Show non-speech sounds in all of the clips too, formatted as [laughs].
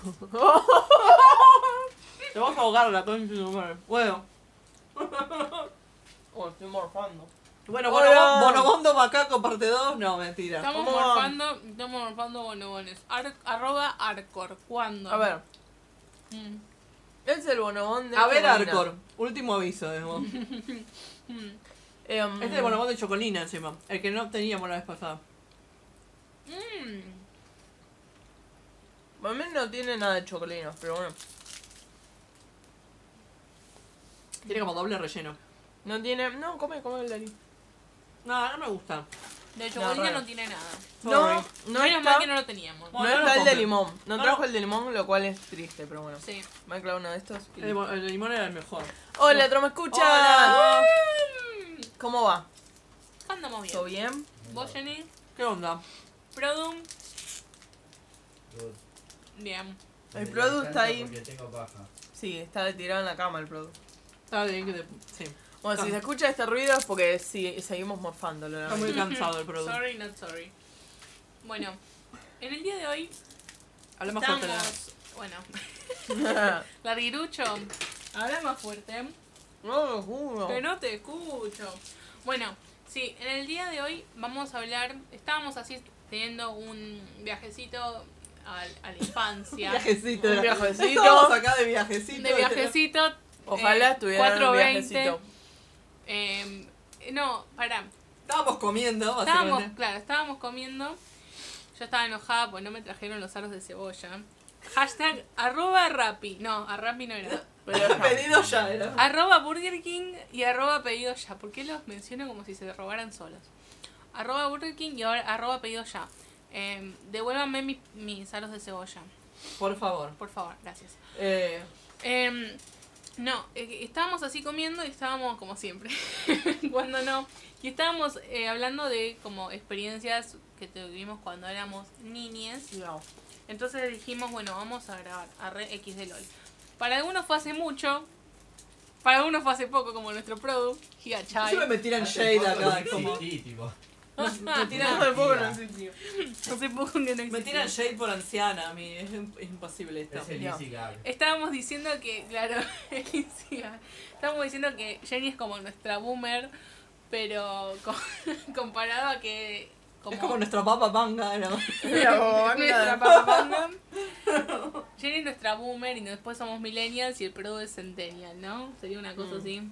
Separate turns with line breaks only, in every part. [laughs]
Te vas a ahogar a la concha de tu madre. Bueno.
Oh, estoy morfando.
Bueno,
Hola.
Bonobo- Bonobondo Macaco parte 2. No, mentira.
Estamos
¿Cómo van?
morfando, estamos morfando bonobones. Ar- arroba Arcor, ¿cuándo?
A ver,
Mm, [laughs]
es el bonobón de.
A ver,
Chocolina.
Arcor. Último aviso, de
[laughs]
vos.
mm.
Em,
Este es el bonobón de Chocolina encima. El que no teníamos la vez pasada.
Mm.
Para mí no tiene nada de chocolina, pero bueno.
Tiene como doble relleno.
No tiene. No, come, come el de aquí.
No, no me gusta.
De
No,
chocolina
raro.
no, tiene nada.
No,
Sorry.
no
Menos mal
está,
que no lo teníamos.
Bueno.
no
No, no
está
lo
el de
come.
limón. No
No,
trajo
no.
el de limón, lo cual es triste, pero bueno.
Sí.
Me he clavado uno de estos. y-
El, de bo- el de limón era el mejor.
Hola, Troma Escucha.
Hola.
Mm.
¿Cómo va?
Andamos
¿Todo
bien.
bien?
Vos, Jenny,
¿Qué onda?
Produm, bien.
El Produ está ahí.
Porque tengo paja.
Sí, está tirado en la cama el producto.
Está bien que te... Sí.
Bueno,
Ah.
si se escucha este ruido es porque sí, seguimos morfándolo. la
Está muy
verdad.
cansado el producto.
Sorry, not sorry. Bueno, en el día de hoy
Habla más fuerte. Lea.
estamos... Bueno, [laughs]
[laughs]
larguirucho, habla más fuerte,
no lo juro.
que no te escucho. Bueno, sí, en el día de hoy vamos a hablar... Estábamos así teniendo un viajecito al- a la
[laughs]
infancia.
Viajecito.
Un
era.
viajecito.
Estábamos acá de viajecito.
de viajecito.
Ojalá
eh,
estuviera en un
4.20,
viajecito.
eh, no, pará.
Estábamos comiendo,
Estábamos,
básicamente.
claro, estábamos comiendo. Yo estaba enojada porque no me trajeron los aros de cebolla. Hashtag arroba rapi. No, a rapi no era.
[laughs]
Pero ajá.
Pedido ya era.
Arroba Burger King y arroba pedido ya. ¿Por qué los menciono como si se robaran solos? Arroba Burger King y ahora arroba pedido ya. Eh, devuélvanme mis, mis aros de cebolla.
Por favor.
Por favor, gracias.
Eh,
Em, no, eh, estábamos así comiendo y estábamos como siempre, [laughs] cuando no. Y estábamos eh, hablando de como experiencias que tuvimos cuando éramos niñes.
no.
Entonces dijimos, bueno, vamos a grabar a Red X de LOL. Para algunos fue hace mucho, para algunos fue hace poco, como nuestro produ, Giachai.
Siempre me tiran shade
Hace poco no
acá. Como...
existí, Ah, tipo.
[laughs]
Me tiran,
Hace poco no
Mentira.
existió.
Hace poco que no
me tiran
existía.
shade por anciana a mí. Es, es imposible esto.
Es el
No.
Easy Gag.
Estábamos diciendo que, claro, [laughs] Alicia, estábamos diciendo que Jenny es como nuestra boomer, pero [laughs] co- comparado a que...
Es como nuestra papa panga. Era...
[laughs]
Mira, vos,
nuestra
anda.
papapanga.
[laughs]
Jenny es nuestra boomer y después somos millennials y el Produ es centennial, ¿no? Sería una cosa
Mm.
así.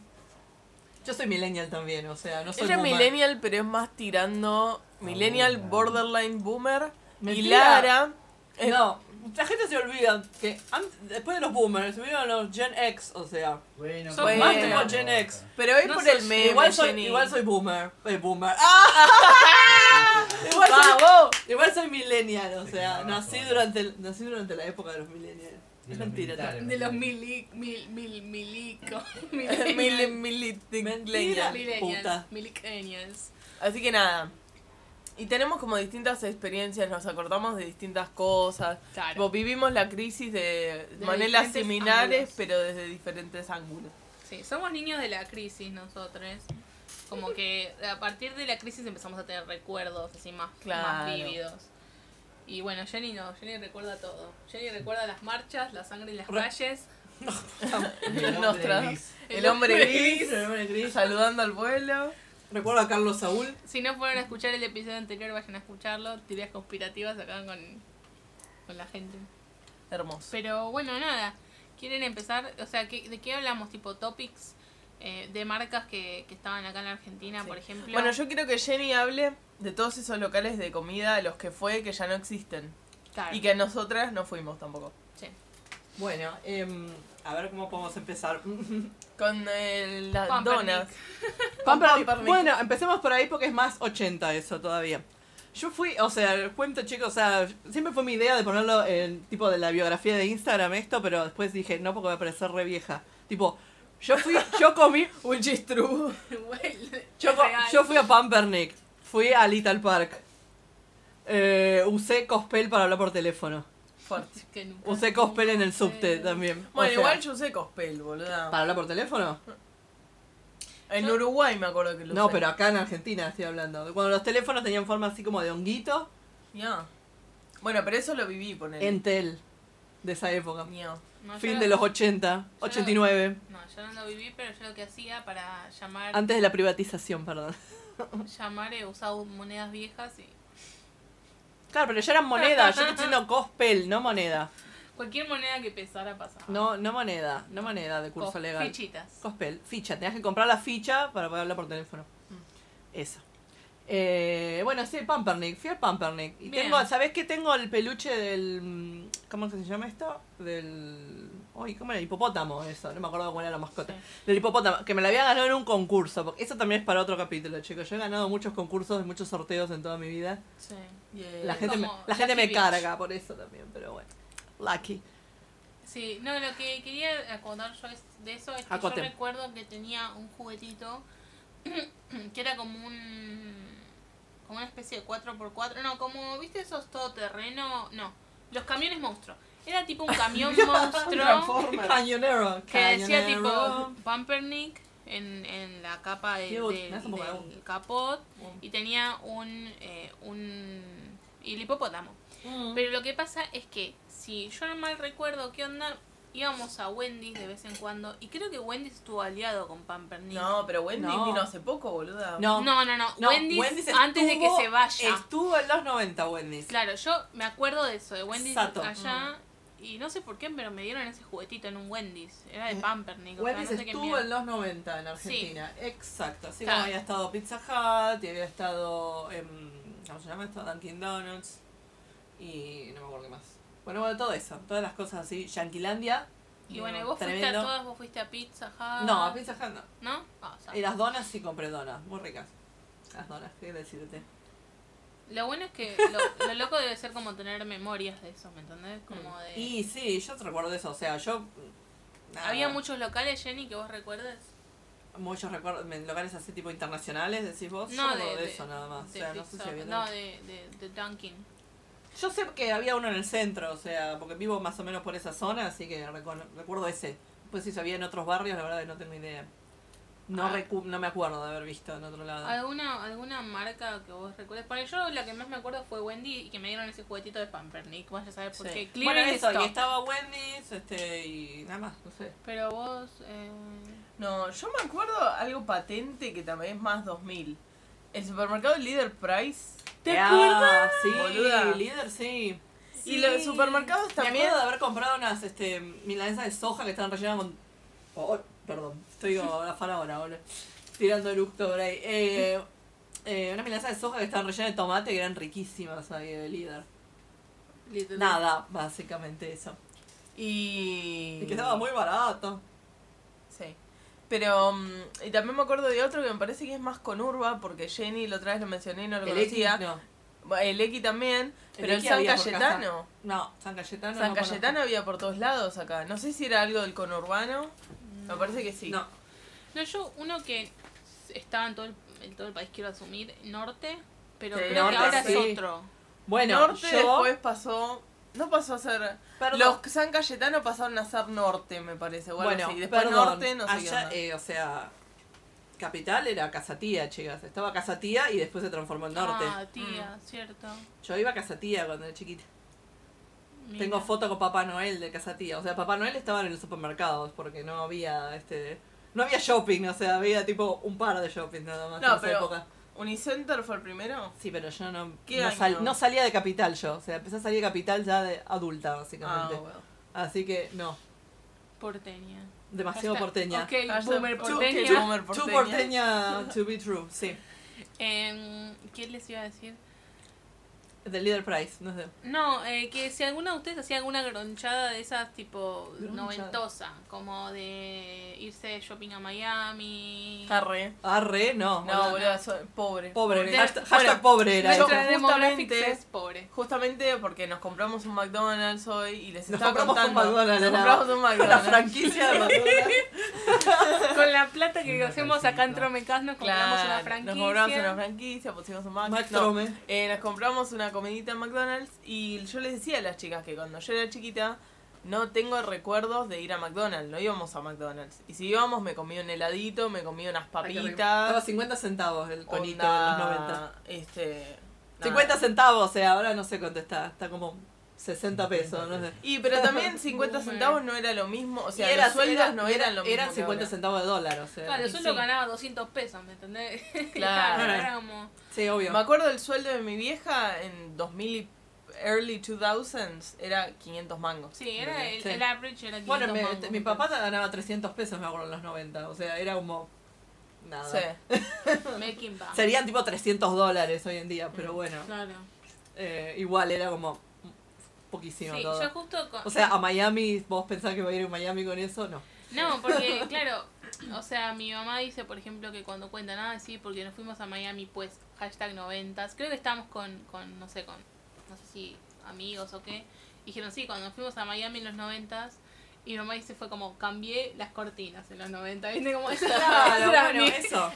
Yo soy millennial también, o sea, no soy
Ella es
boomer.
millennial, pero es más tirando millennial,
boomer.
borderline, boomer. Y
Mentira.
Lara es-
No, la gente se olvida que antes- después de los boomers se vinieron los Gen X, o sea.
Bueno,
Son
pero-
más
tipo Gen
[laughs]
[laughs]
X.
Pero hoy
No
por
soy-
el meme,
igual, soy,
Jenny.
igual soy boomer. Soy boomer. ¡Ah! igual, soy,
¡Vamos!
igual soy millennial, o
Se
sea,
quedaba
nací
sola.
durante, el- nací durante la época de los millennials.
De
Es
los
mentira.
militares.
De los mili, mil, mil, milico. [laughs]
Mil-
millennials.
mil-
Mentira.
Millennials.
Puta.
Millennials.
Así que nada. Y tenemos como distintas experiencias, nos acordamos de distintas cosas.
Claro.
Tipo, vivimos la crisis de
Desde
maneras
diferentes
similares,
ángulos.
pero desde diferentes ángulos.
Sí, somos niños de la crisis nosotros. Como que a partir de la crisis empezamos a tener recuerdos así más, más
Claro.
vívidos. Y bueno, Jenny no, Jenny recuerda todo. Jenny recuerda las marchas, la sangre en las
Re-
calles.
El hombre
Nostra-
gris.
El hombre gris,
El hombre gris.
saludando al vuelo.
Recuerdo a Carlos Saúl.
Si no fueron a escuchar el episodio anterior, vayan a escucharlo. Teorías conspirativas acá con, con la gente.
Hermoso.
Pero bueno, nada. ¿Quieren empezar? O sea, ¿qué- ¿de qué hablamos? Tipo topics eh, de marcas que, que estaban acá en la Argentina,
Sí.
por ejemplo.
Bueno, yo quiero que Jenny hable de todos esos locales de comida a los que fue que ya no existen.
Claro. [laughs]
Y que nosotras no fuimos tampoco.
Sí.
Bueno, em, a ver cómo podemos [laughs] empezar.
Con eh, las
Pampernick.
[laughs]
donas.
Pampernick.
Pampernick.
Bueno, empecemos por ahí porque es más 80 eso todavía. Yo fui, o sea, el cuento chicos, o sea, siempre fue mi idea de ponerlo en tipo de la biografía de Instagram esto, pero después dije, no, porque va a parecer re vieja. Tipo, yo [laughs] fui, yo comí,
Which is true.
[laughs] Bueno,
yo, co-
real.
yo fui a Pampernick, fui a Little Park, eh, usé cospel para hablar por teléfono,
Fuerte.
[laughs] Que nunca-
usé cospel en el
nunca
subte
sé.
también. O
Bueno,
sea,
igual yo usé cospel, boluda.
¿Para hablar por teléfono?
En
Yo-
Uruguay me acuerdo que lo
No,
usé.
pero acá en Argentina estoy hablando. Cuando los teléfonos tenían forma así como de honguito,
Ya. Bueno, pero eso lo viví, poner
Entel. de esa época.
Mío.
No, yo
Fin
lo-
de los 80,
lo-
89,
No, yo no lo viví, pero yo lo que hacía para llamar,
antes de la privatización, perdón.
llamar he usado monedas viejas y
Claro, pero ya eran monedas, yo te estoy
[laughs]
diciendo cospel, no moneda.
cualquier moneda que pesara pasaba.
No, no moneda, no moneda de
Con
curso legal.
Fichitas.
Cospel, ficha, tenías que comprar la ficha para poder hablar por teléfono.
Mm.
Eso. Eh, bueno, sí, Pampernick, fui al Pampernick. Y
Bien.
tengo, ¿sabés qué? Tengo el peluche del. mm, ¿Cómo es que se llama esto? Del. Uy, ¿cómo era? Hipopótamo, eso. No me acuerdo cuál era la mascota. Del hipopótamo, que me la había ganado en un concurso. Porque eso también es para otro capítulo, chicos. Yo he ganado muchos concursos, muchos sorteos en toda mi vida.
Sí.
Yeah.
La gente, me,
Eh, como
la gente me
Lucky
carga por eso también, pero bueno. Lucky.
Sí, no, lo que quería acotar yo es- de eso es que
Acote.
yo recuerdo que tenía un juguetito [clears throat] que era como un. como una especie de 4x4. No, como, ¿viste esos todoterreno? No, los camiones monstruo. Era tipo un
[laughs]
camión monstruo
Cañonero.
que decía
cañonero.
tipo Pumpernick en, en la capa de,
Cute,
del-
me hace un poco de
del
agua.
capot y tenía un. eh, un. y el hipopótamo.
Mm.
Pero lo que pasa es que, si yo no mal recuerdo qué onda, íbamos a Wendy's de vez en cuando y creo que Wendy's estuvo aliado con Pampernick.
No, pero Wendy
No.
vino hace poco, boluda.
No,
no, no. no,
No,
Wendy's,
estuvo-
antes de que se vaya.
Estuvo en los 90 Wendy's.
Claro, yo me acuerdo de eso, de Wendy's
Sato.
allá. Y no sé por qué, pero me dieron ese juguetito en un Wendy's. Era de Pampernick. o sea,
Eh, Wendy's
no sé qué
estuvo
mierda.
en los 90 en Argentina. Exacto. Así
Claro.
como había estado Pizza Hut y había estado. em, ¿Cómo se llama esto? Dunkin' Donuts. Y no me acuerdo qué más. Bueno, bueno, todo eso. Todas las cosas así. Yanquilandia.
Y bueno, y vos fuiste a
Tremendo.
todas, vos fuiste a Pizza Hut.
No, a Pizza Hut no.
¿No? Ah, o sea,
Y las donas sí compré donas. Muy ricas. Las donas, qué decirte.
Lo bueno es que lo, lo loco debe ser como tener memorias de eso, ¿me entendés? Como de...
Mm. Y sí, yo te recuerdo eso. O sea, yo. nada.
Había muchos locales, Jenny, que vos recuerdes.
Muchos recuerdos, en locales así tipo internacionales, decís vos.
No,
yo me
de-
acuerdo de,
de-
eso nada más. O
de
sea, no sé
Pizza-
si había
no,
tanto.
de, de, de Dunkin'.
Yo sé que había uno en el centro, o sea, porque vivo más o menos por esa zona, así que recono- recuerdo ese. Pues si había en otros barrios, la verdad que no tengo idea. No,
Ah.
recu- no me acuerdo de haber visto en otro lado.
¿Alguna, ¿Alguna marca que vos recuerdes? Por yo la que más me acuerdo fue Wendy y que me dieron ese juguetito de Pampernick. Vaya a saber por
Sí.
qué.
Bueno,
Clearance
eso, y
stock.
estaba Wendy's, este, y nada más, no sé.
Pero vos... Eh...
No, yo me acuerdo algo patente que también es más 2000. El supermercado Leader Price.
Ah, Sí,
Boluda.
líder, sí.
Y los supermercados
Me
también.
acuerdo de haber comprado unas este, milanesas de soja que estaban rellenas con. oh, oh, perdón, estoy
[laughs]
como la faraona, boludo. Tirando eructo por ahí. Eh, eh, unas milanesas de soja que estaban rellenas de tomate que eran riquísimas ahí de líder. Nada, básicamente eso.
Y.
Y que estaba muy barato.
Sí. Pero. mm, y también me acuerdo de otro que me parece que es más conurba, porque Jenny la otra vez lo mencioné y no lo conocía.
X, no.
Bueno, El X también. Pero el
X
San
había por
Cayetano.
No, San Cayetano.
San
no conozco.
Cayetano había por todos lados acá. No sé si era algo del conurbano. Me parece que sí.
Mm. No.
Mm. No, yo uno que estaba en todo el, en todo el país, quiero asumir, norte, pero
Sí,
creo
norte,
que ahora
sí.
es otro.
Bueno,
Norte
yo.
después pasó. No pasó a ser.
Perdón.
Los San Cayetano pasaron a ser norte, me parece. Bueno,
Bueno,
sí. Después
perdón,
norte, no sé qué
allá,
onda.
eh, o sea, capital era Casatía, chicas. Estaba Casatía y después se transformó en norte. Mm.
Ah, tía, cierto.
Yo iba a Casatía cuando era chiquita.
Mira.
Tengo foto con Papá Noel de Casatía. O sea, Papá Noel estaba en los supermercados porque no había este no había shopping, o sea, había tipo un par de shopping nada más
No,
en esa
pero-
época.
¿Unicenter fue el primero?
Sí, pero yo no
¿Qué
no, sal-
año?
no salía de capital yo, o sea, empecé a salir de capital ya de adulta
Ah,
básicamente.
bueno.
Así que no,
Porteña.
demasiado
Hashtag-
porteña.
Ok,
Hashtag
boomer
Chu-
porteña.
Chu- boomer
Too
porteña. [laughs]
porteña to be true, sí.
Em, ¿Qué les iba a decir?
Del Leader Price, no sé.
No, eh, que si alguno de ustedes hacía alguna gronchada de esas tipo
Gronchada.
noventosa, como de irse de shopping a Miami.
Arre.
Arre, no. boludo.
No, boludo, soy pobre.
Pobre. Ah.
De-
Hashtag,
bueno,
hashtag pobre era.
yo-
eso.
Nuestra demographics
justamente-
es pobre.
Justamente porque nos compramos un McDonald's hoy y les
Nos
estaba
compramos un
contando.
McDonald's,
Nos
la-
compramos un
La
McDonald's.
franquicia de
[laughs]
McDonald's.
Con la plata que
Una
hacemos acá en
franquicia.
Tromecas nos compramos una
Claro,
franquicia.
nos compramos una franquicia, pusimos un Mac.
Mac
no,
Trome.
eh, nos compramos una comidita en McDonald's y yo les decía a las chicas que cuando yo era chiquita no tengo recuerdos de ir a McDonald's, no íbamos a McDonald's. Y si íbamos me comía un heladito, me comía unas
Estaba
papitas,
50 centavos el conito
onda,
de los 90.
Este, nada.
50 centavos, o sea, ahora no sé cuánto está. Está como 60 pesos, no sé.
Y pero también 50
Boomer.
centavos no era lo mismo, o sea,
Y era-
los sueldos
era-
no
era-
eran lo mismo.
Eran
que
50
ahora.
centavos de dólar, o sea.
Claro, yo
Sí.
solo ganaba 200 pesos, ¿me entendés? [laughs]
Claro.
era como...
Sí, obvio.
Me acuerdo el sueldo de mi vieja en 2000 y early 2000s era 500 mangos.
Sí, era el,
Sí.
el average, era 500
Bueno, me-
mangos.
mi papá ganaba 300 pesos, me acuerdo, en los 90. O sea, era como. Nada.
Sí.
Making back.
Serían tipo 300 dólares hoy en día,
Mm.
pero bueno.
Claro.
eh, igual era como.
Sí,
Poquísimo todo.
yo justo... Con...
O sea, a Miami, ¿vos pensás que voy a ir a Miami con
[laughs]
eso? No.
No, porque, claro, o sea, mi mamá dice, por ejemplo, que cuando cuentan, ah, sí, porque nos fuimos a Miami, pues, hashtag noventas, creo que estábamos con, con no sé, con, no sé si amigos o qué, dijeron, sí, cuando nos fuimos a Miami en los noventas, y mi mamá dice, fue como, cambié las cortinas en los noventas, ¿viste? Como, [laughs] esa era- esa era mi
eso.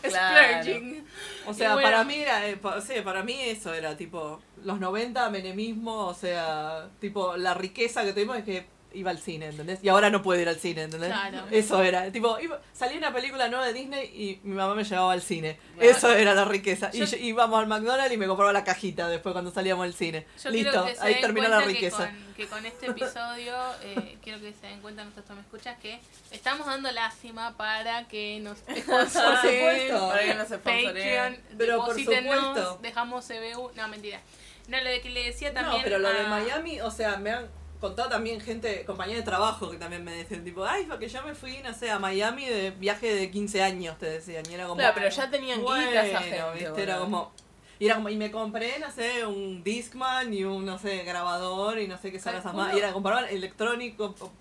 [laughs]
claro.
splurging.
O sea,
Y bueno.
para mí era, eh, pa- sí, para mí eso era tipo los 90 menemismo, o sea, tipo la riqueza que tuvimos es que iba al cine, ¿entendés? Y ahora no puedo ir al cine, ¿entendés?
Claro.
Eso era, tipo, iba- salía una película nueva de Disney y mi mamá me llevaba al cine.
Bueno.
Eso era la riqueza. Y
Yo-
yo- íbamos al McDonald's y me compraba la cajita después cuando salíamos al cine.
Yo quiero
Listo,
que se
ahí
den
terminó la
cuenta que
riqueza.
con- Que con, este
[laughs]
episodio, eh, quiero que se den cuenta nuestros escuchas que estamos dando lástima para que nos [laughs] sponsoren.
supuesto.
Para que no se
Patreon,
sponsoreen.
Pero por supuesto.
deposítenos, dejamos CBU. No, mentira. No, lo de que le decía también. ah.
No, pero lo de
a-
Miami, o sea, me han contado también gente, compañía de trabajo, que también me dicen, tipo, ay, porque yo me fui, no sé, a Miami de viaje de 15 años, te decían, y era como,
Claro, pero ya tenían
bueno,
guita esa gente.
¿viste? Era
boludo.
como, y era como, y me compré, no sé, un Discman y un, no sé, grabador y no sé qué salas
Calculo-
más, y era comprar electrónico. po-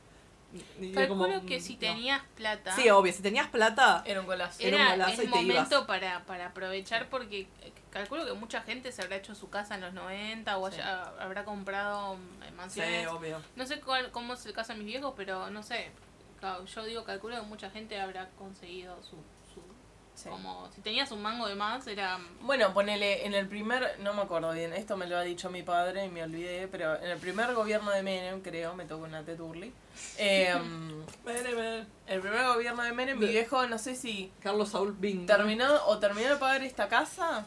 y era
Calculo
como,
que
mm,
si
no.
tenías plata.
Sí, obvio, si tenías plata,
Era un golazo.
era un
era el
golazo y te ibas.
momento para, para aprovechar porque eh, calculo que mucha gente se habrá hecho su casa en los 90 o
Sí.
haya- habrá comprado eh,
sí,
mansiones.
obvio.
No sé cuál- cómo es el caso de mis viejos, pero no sé. Ca- Yo digo, calculo que mucha gente habrá conseguido su. su
Sí.
Como si tenías un mango de más, era.
Bueno, ponele, en el primer, no me acuerdo bien, esto me lo ha dicho mi padre y me olvidé, pero en el primer gobierno de Menem, creo, me tocó una teturli. Eh,
Ven, ven.
el primer gobierno de Menem, mi
De-
viejo, no sé si
Carlos Saúl Bing.
terminó o terminó de pagar esta casa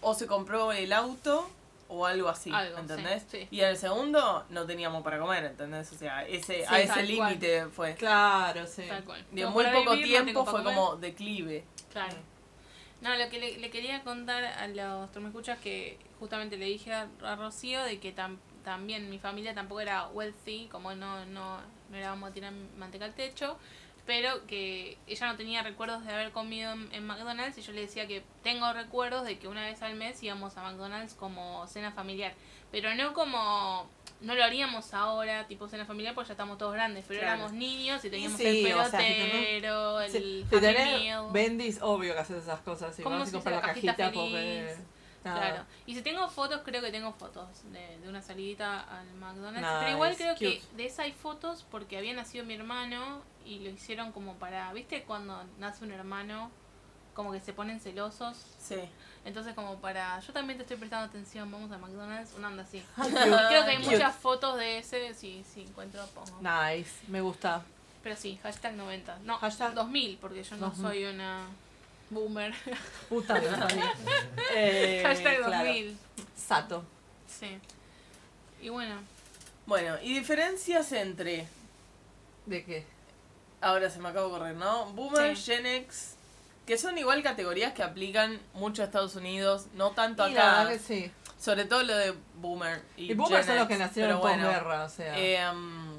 o se compró el auto o algo así,
Algo,
¿entendés?
sí, sí.
Y en el segundo no teníamos para comer, ¿entendés? O sea, ese,
Sí,
a ese
tal cual.
límite fue.
Claro, sí.
Tal cual.
De
Como
muy
para
poco
vivir, no
tiempo
tengo para
fue
comer.
como declive.
Claro. No, lo que le, le quería contar a los escuchas que justamente le dije a, a Rocío de que tam- también mi familia tampoco era wealthy, como no, no, no era vamos a tirar manteca al techo, pero que ella no tenía recuerdos de haber comido en, en McDonald's y yo le decía que tengo recuerdos de que una vez al mes íbamos a McDonald's como cena familiar, pero no como... No lo haríamos ahora, tipo cena familiar, porque ya estamos todos grandes, pero
Claro.
éramos niños y teníamos
sí,
el
o sea, si tenés-
pelotero, el
Sí, si
Happy
tenés
Meal.
Bendis, obvio que haces esas cosas. Si
¿Cómo
vas y
se
compras
dice?
la
La cajita
cajita, porque.
feliz.
nada.
Claro. Y si tengo fotos, creo que tengo fotos de, de una salidita al McDonald's.
Nice,
Pero igual creo
cute.
que de esa hay fotos porque había nacido mi hermano y lo hicieron como para, ¿viste? Cuando nace un hermano, como que se ponen celosos.
Sí.
Entonces como para, yo también te estoy prestando atención, vamos a McDonald's, una onda así. [laughs] Creo que hay
Ah, Cute.
muchas fotos de ese, si sí, encuentro, pongo.
Nice, me gusta.
Pero sí, hashtag 90. No,
Hashtag-
2000, porque yo no
2000.
soy una boomer.
Puta que parió. eh,
[laughs] hashtag
claro.
2000.
Sato.
Sí. Y bueno.
Bueno, y diferencias entre
¿De qué?
Ahora se me acaba de correr, ¿no? Boomer,
Sí.
Gen X, que son igual categorías que aplican mucho a Estados Unidos, no tanto
Y la
acá.
verdad que sí.
Sobre todo lo de Boomer y,
Y Boomer
Gen
son los
X,
que nacieron
pero bueno.
posguerra, o sea.
Eh, um,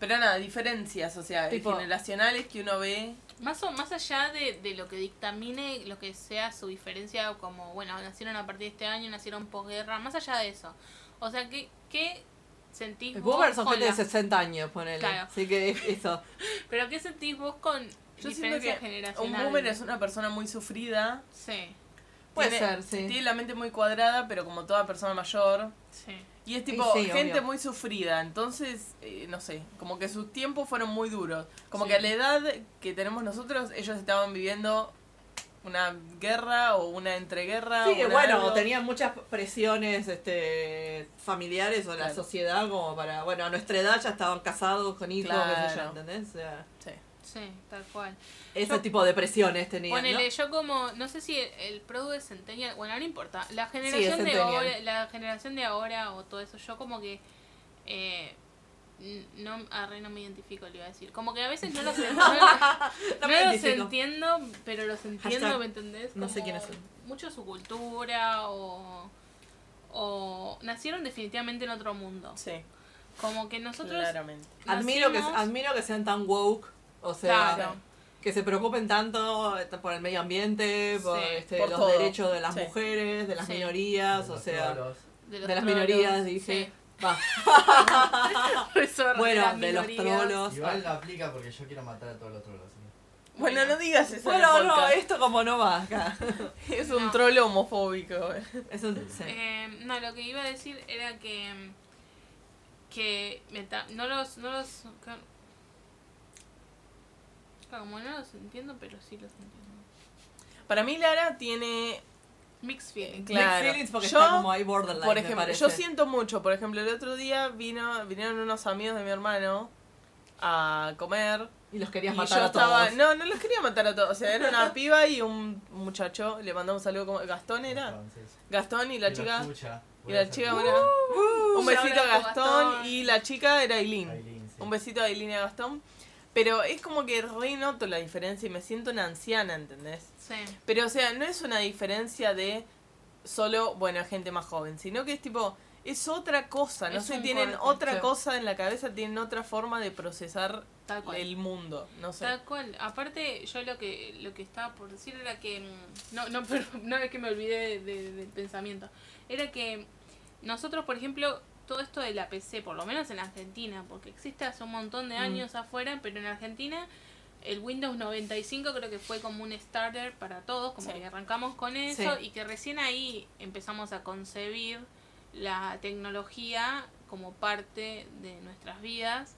pero nada, diferencias, o sea,
Tipo-
generacionales que uno ve.
Más, o, más allá de, de lo que dictamine, lo que sea su diferencia, como, bueno, nacieron a partir de este año, nacieron posguerra, más allá de eso. O sea, ¿qué, qué sentís
Los
vos
Boomers son
con
gente de
la-
60 años, ponele.
Claro.
Así que es- eso.
Pero ¿qué sentís vos con
Yo siento
diferencia
que un
generacional?
Boomer es una persona muy sufrida.
Sí,
Puede
tiene-
ser, sí.
Tiene la mente muy cuadrada, pero como toda persona mayor.
sí.
Y es tipo
sí,
gente
obvio.
muy sufrida, entonces, eh, no sé, como que sus tiempos fueron muy duros. Como
Sí.
que a la edad que tenemos nosotros, ellos estaban viviendo una guerra o una entreguerra.
Sí,
una
bueno,
algo.
tenían muchas presiones este, familiares o la
Claro.
sociedad como para, bueno, a nuestra edad ya estaban casados con hijos, qué sé yo,
Claro.
¿entendés? O sea,
Sí.
Sí, tal cual.
ese
Yo-
tipo de presiones tenían, ¿no?
Ponele, yo como, no sé si el, el Produ es Centennial, bueno, no importa, la
es
generación de
centennial.
ahora, la generación de ahora o todo eso, yo como que eh, n- no, arre, no me identifico, le iba a decir. Como que a veces no [laughs] los, no los-
No
no
me
los
identifico.
entiendo, pero los entiendo,
Hashtag,
¿me entendés?
no sé
Como
quiénes son.
Mucho su cultura o, o nacieron definitivamente en otro mundo.
Sí,
Como que nosotros
claramente.
Admiro que,
nacimos-
admiro que sean tan woke, o sea,
Claro.
que se preocupen tanto eh, por el medio ambiente, por,
Sí,
este,
por
los
todo.
derechos de las
Sí.
mujeres, de las
Sí.
minorías, o sea,
los
de las
trolos,
minorías, dije.
[laughs]
Va, [laughs]
sí. Resorte,
bueno,
las
de los
minorías.
trolos.
Igual la aplica porque yo quiero matar a todos los trolls. así que-
Bueno, no digas eso. en el
Bueno, no,
podcast.
esto como no va acá.
es... un
No.
trolo homofóbico.
Es un- sí.
Eh, no, lo que iba a decir era que que meta- no los no los ca- como no los entiendo, pero sí los entiendo.
Para mí, Lara tiene
Mixed feelings.
Claro.
Mixed feelings porque
Yo,
está como ahí borderline,
Por
me
ejemplo,
parece.
yo siento mucho. Por ejemplo, el otro día vino, vinieron unos amigos de mi hermano a comer.
Y los querías
y
matar
yo
a todos.
estaba- No, no los quería matar a todos. O sea, era una [laughs] piba y un muchacho. Le mandamos saludo como. Gastón era.
Entonces,
Gastón y
y
la chica.
escucha,
Y
voy a
la
hacer-
chica, bueno,
Uh,
un besito a
abrazo,
Gastón
Gastón.
y la chica era Aileen.
Aileen, sí.
Un besito a Aileen y a Gastón. Pero es como que re noto la diferencia y me siento una anciana, ¿entendés?
Sí.
Pero, o sea, no es una diferencia de solo, bueno, gente más joven, sino que es tipo, es otra cosa, no
Es
sé,
un
tienen
corte,
otra
sí.
cosa en la cabeza, tienen otra forma de procesar
Tal cual.
el mundo, no sé.
Tal cual. Aparte, yo lo que lo que estaba por decir era que mm, no [laughs] no pero, no es que me olvidé de- de- del pensamiento. Era que nosotros, por ejemplo, todo esto de la PC, por lo menos en Argentina, porque existe hace un montón de
Mm.
años afuera, pero en Argentina el Windows 95 creo que fue como un starter para todos, como
Sí.
que arrancamos con eso
Sí.
y que recién ahí empezamos a concebir la tecnología como parte de nuestras vidas.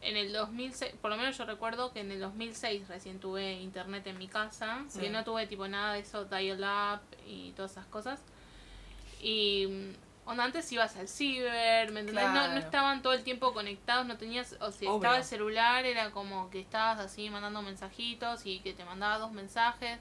En el 2006, por lo menos yo recuerdo que en el 2006 recién tuve internet en mi casa,
Sí.
que no tuve tipo nada de eso, dial-up y todas esas cosas. Y mm, onda, antes ibas al ciber, ¿me entendés? No- No,
Claro.
estaban todo el tiempo conectados, no tenías, o sea,
Obvio.
estaba el celular, era como que estabas así mandando mensajitos y que te mandaba dos mensajes.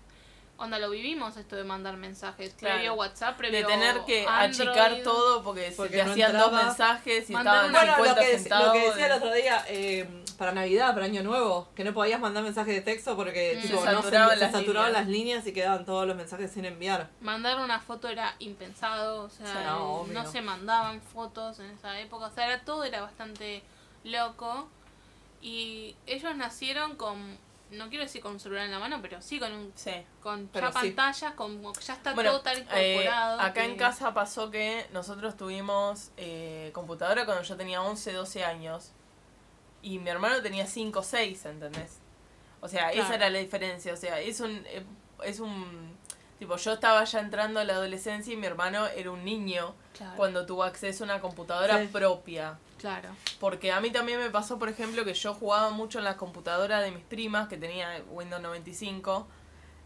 Onda, lo vivimos esto de mandar mensajes,
Claro.
previo WhatsApp, previo
De tener que
Android.
achicar todo porque, se
Porque
te
no
hacían dos
entraba.
mensajes y
Mandar
estaban
una-
Bueno, lo
50
que, dec- lo
centavos.
que decía el
de-
otro día, eh, para Navidad, para Año Nuevo, que no podías mandar mensajes de texto porque
Mm.
tipo,
Se
no
saturaban
se
las
saturaban
líneas.
las líneas y quedaban todos los mensajes sin enviar.
Mandar una foto era impensado, o sea,
Sí,
no,
no,
obvio.
se mandaban fotos en esa época, o sea, era, todo era bastante loco. Y ellos nacieron con, no quiero decir con un celular en la mano, pero sí con un
Sí.
con
Pero
ya
sí.
pantallas, con ya está
Bueno,
todo tan
eh,
incorporado.
acá
que-
en casa pasó que nosotros tuvimos eh, computadora cuando yo tenía 11, 12 años y mi hermano tenía 5, 6, ¿entendés? O sea, esa
Claro.
era la diferencia. O sea, es un. eh, Es un tipo, yo estaba ya entrando a la adolescencia y mi hermano era un niño
Claro.
cuando tuvo acceso a una computadora
Sí.
propia.
claro.
Porque a mí también me pasó, por ejemplo, que yo jugaba mucho en la computadora de mis primas, que tenía Windows 95.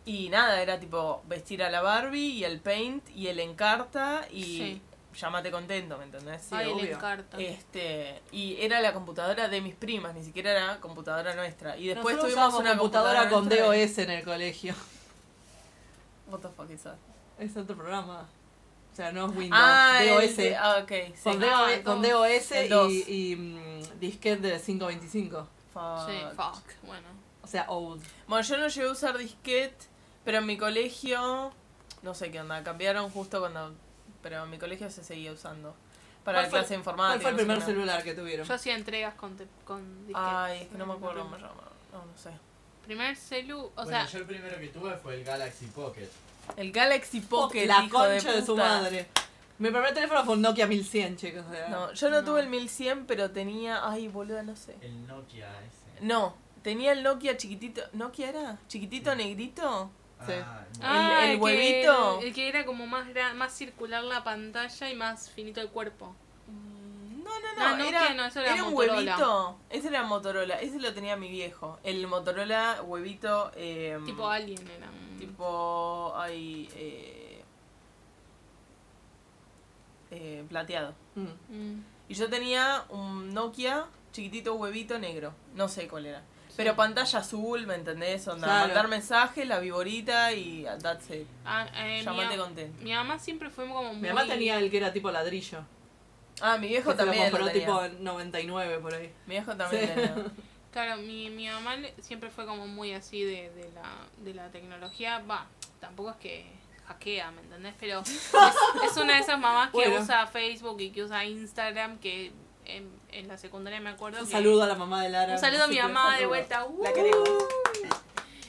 Y nada, era tipo vestir a la Barbie y el Paint y el Encarta y
Sí.
llámate contento, ¿me entendés?
Sí,
Ay, le
obvio.
encarta.
Este, y era la computadora de mis primas, ni siquiera era computadora nuestra. Y después
Nosotros
tuvimos
usábamos
una
computadora, con
nuestra y-
DOS en el colegio. [laughs]
What the fuck is that?
Es otro programa. O sea, no es Windows,
Ah, el
DOS.
de- ah, ok. sí.
Con,
Ah,
DOS, con
DOS.
DOS
El DOS.
y, y mm, disquete de 525.
Sí,
Fuck.
fuck. Bueno.
O sea, old.
Bueno, yo no llegué a usar disquete, pero en mi colegio, no sé qué onda, cambiaron justo cuando, pero en mi colegio se seguía usando para
¿Cuál
la
fue-
clase
¿Cuál
informática.
fue el
no sé
primer
qué
celular que tuvieron?
Yo hacía entregas con, te- con
onda.
disquetes.
Ay, es que no me acuerdo cómo
primer-
se llama. No, no sé.
Primer celu, o
Bueno,
sea,
yo el primero que tuve fue el Galaxy Pocket.
El Galaxy Pocket,
la
hijo
concha de, su
puta.
madre. Mi primer teléfono fue un Nokia 1100, chicos. o sea,
No, yo no,
No.
tuve el 1100, pero tenía, ay, boluda, no sé.
El Nokia ese.
No, tenía el Nokia chiquitito, ¿Nokia era? ¿Chiquitito
Sí.
negrito?
Sí.
Ah, bueno.
ah,
el
que-
huevito.
el que era como más gran, más circular la pantalla y más finito el cuerpo.
Mm, No, no,
No,
no,
no,
era,
que no, eso era
un
Motorola.
huevito. Ese era Motorola, ese lo tenía mi viejo. El Motorola huevito. em,
Tipo alien era.
Mm.
un-
Tipo. Ay. eh, eh, plateado.
mm.
Mm,
Y yo tenía un Nokia chiquitito huevito negro. No sé cuál era.
sí.
Pero pantalla azul, ¿me entendés? Onda,
Claro.
mandar mensajes, la viborita y that's it.
Ah, eh, mi,
Llamate
ma-
contento.
mi mamá siempre fue como muy.
Mi mamá tenía el que era tipo ladrillo.
Ah, mi viejo
Que se Este lo
también. Lo
compró
tenía.
tipo en 99 por ahí.
Mi viejo también
Sí.
tenía.
Claro, mi, mi mamá le- siempre fue como muy así de, de, la, de la tecnología. Va, tampoco es que hackea, ¿me entendés? Pero es, es una de esas mamás que
Bueno.
usa Facebook y que usa Instagram, que en, en la secundaria me acuerdo
Un
que...
saludo a la mamá de Lara.
Un saludo a mi
Sí,
mamá de
[laughs] saludo.
vuelta.
La
¡Uh!
queremos.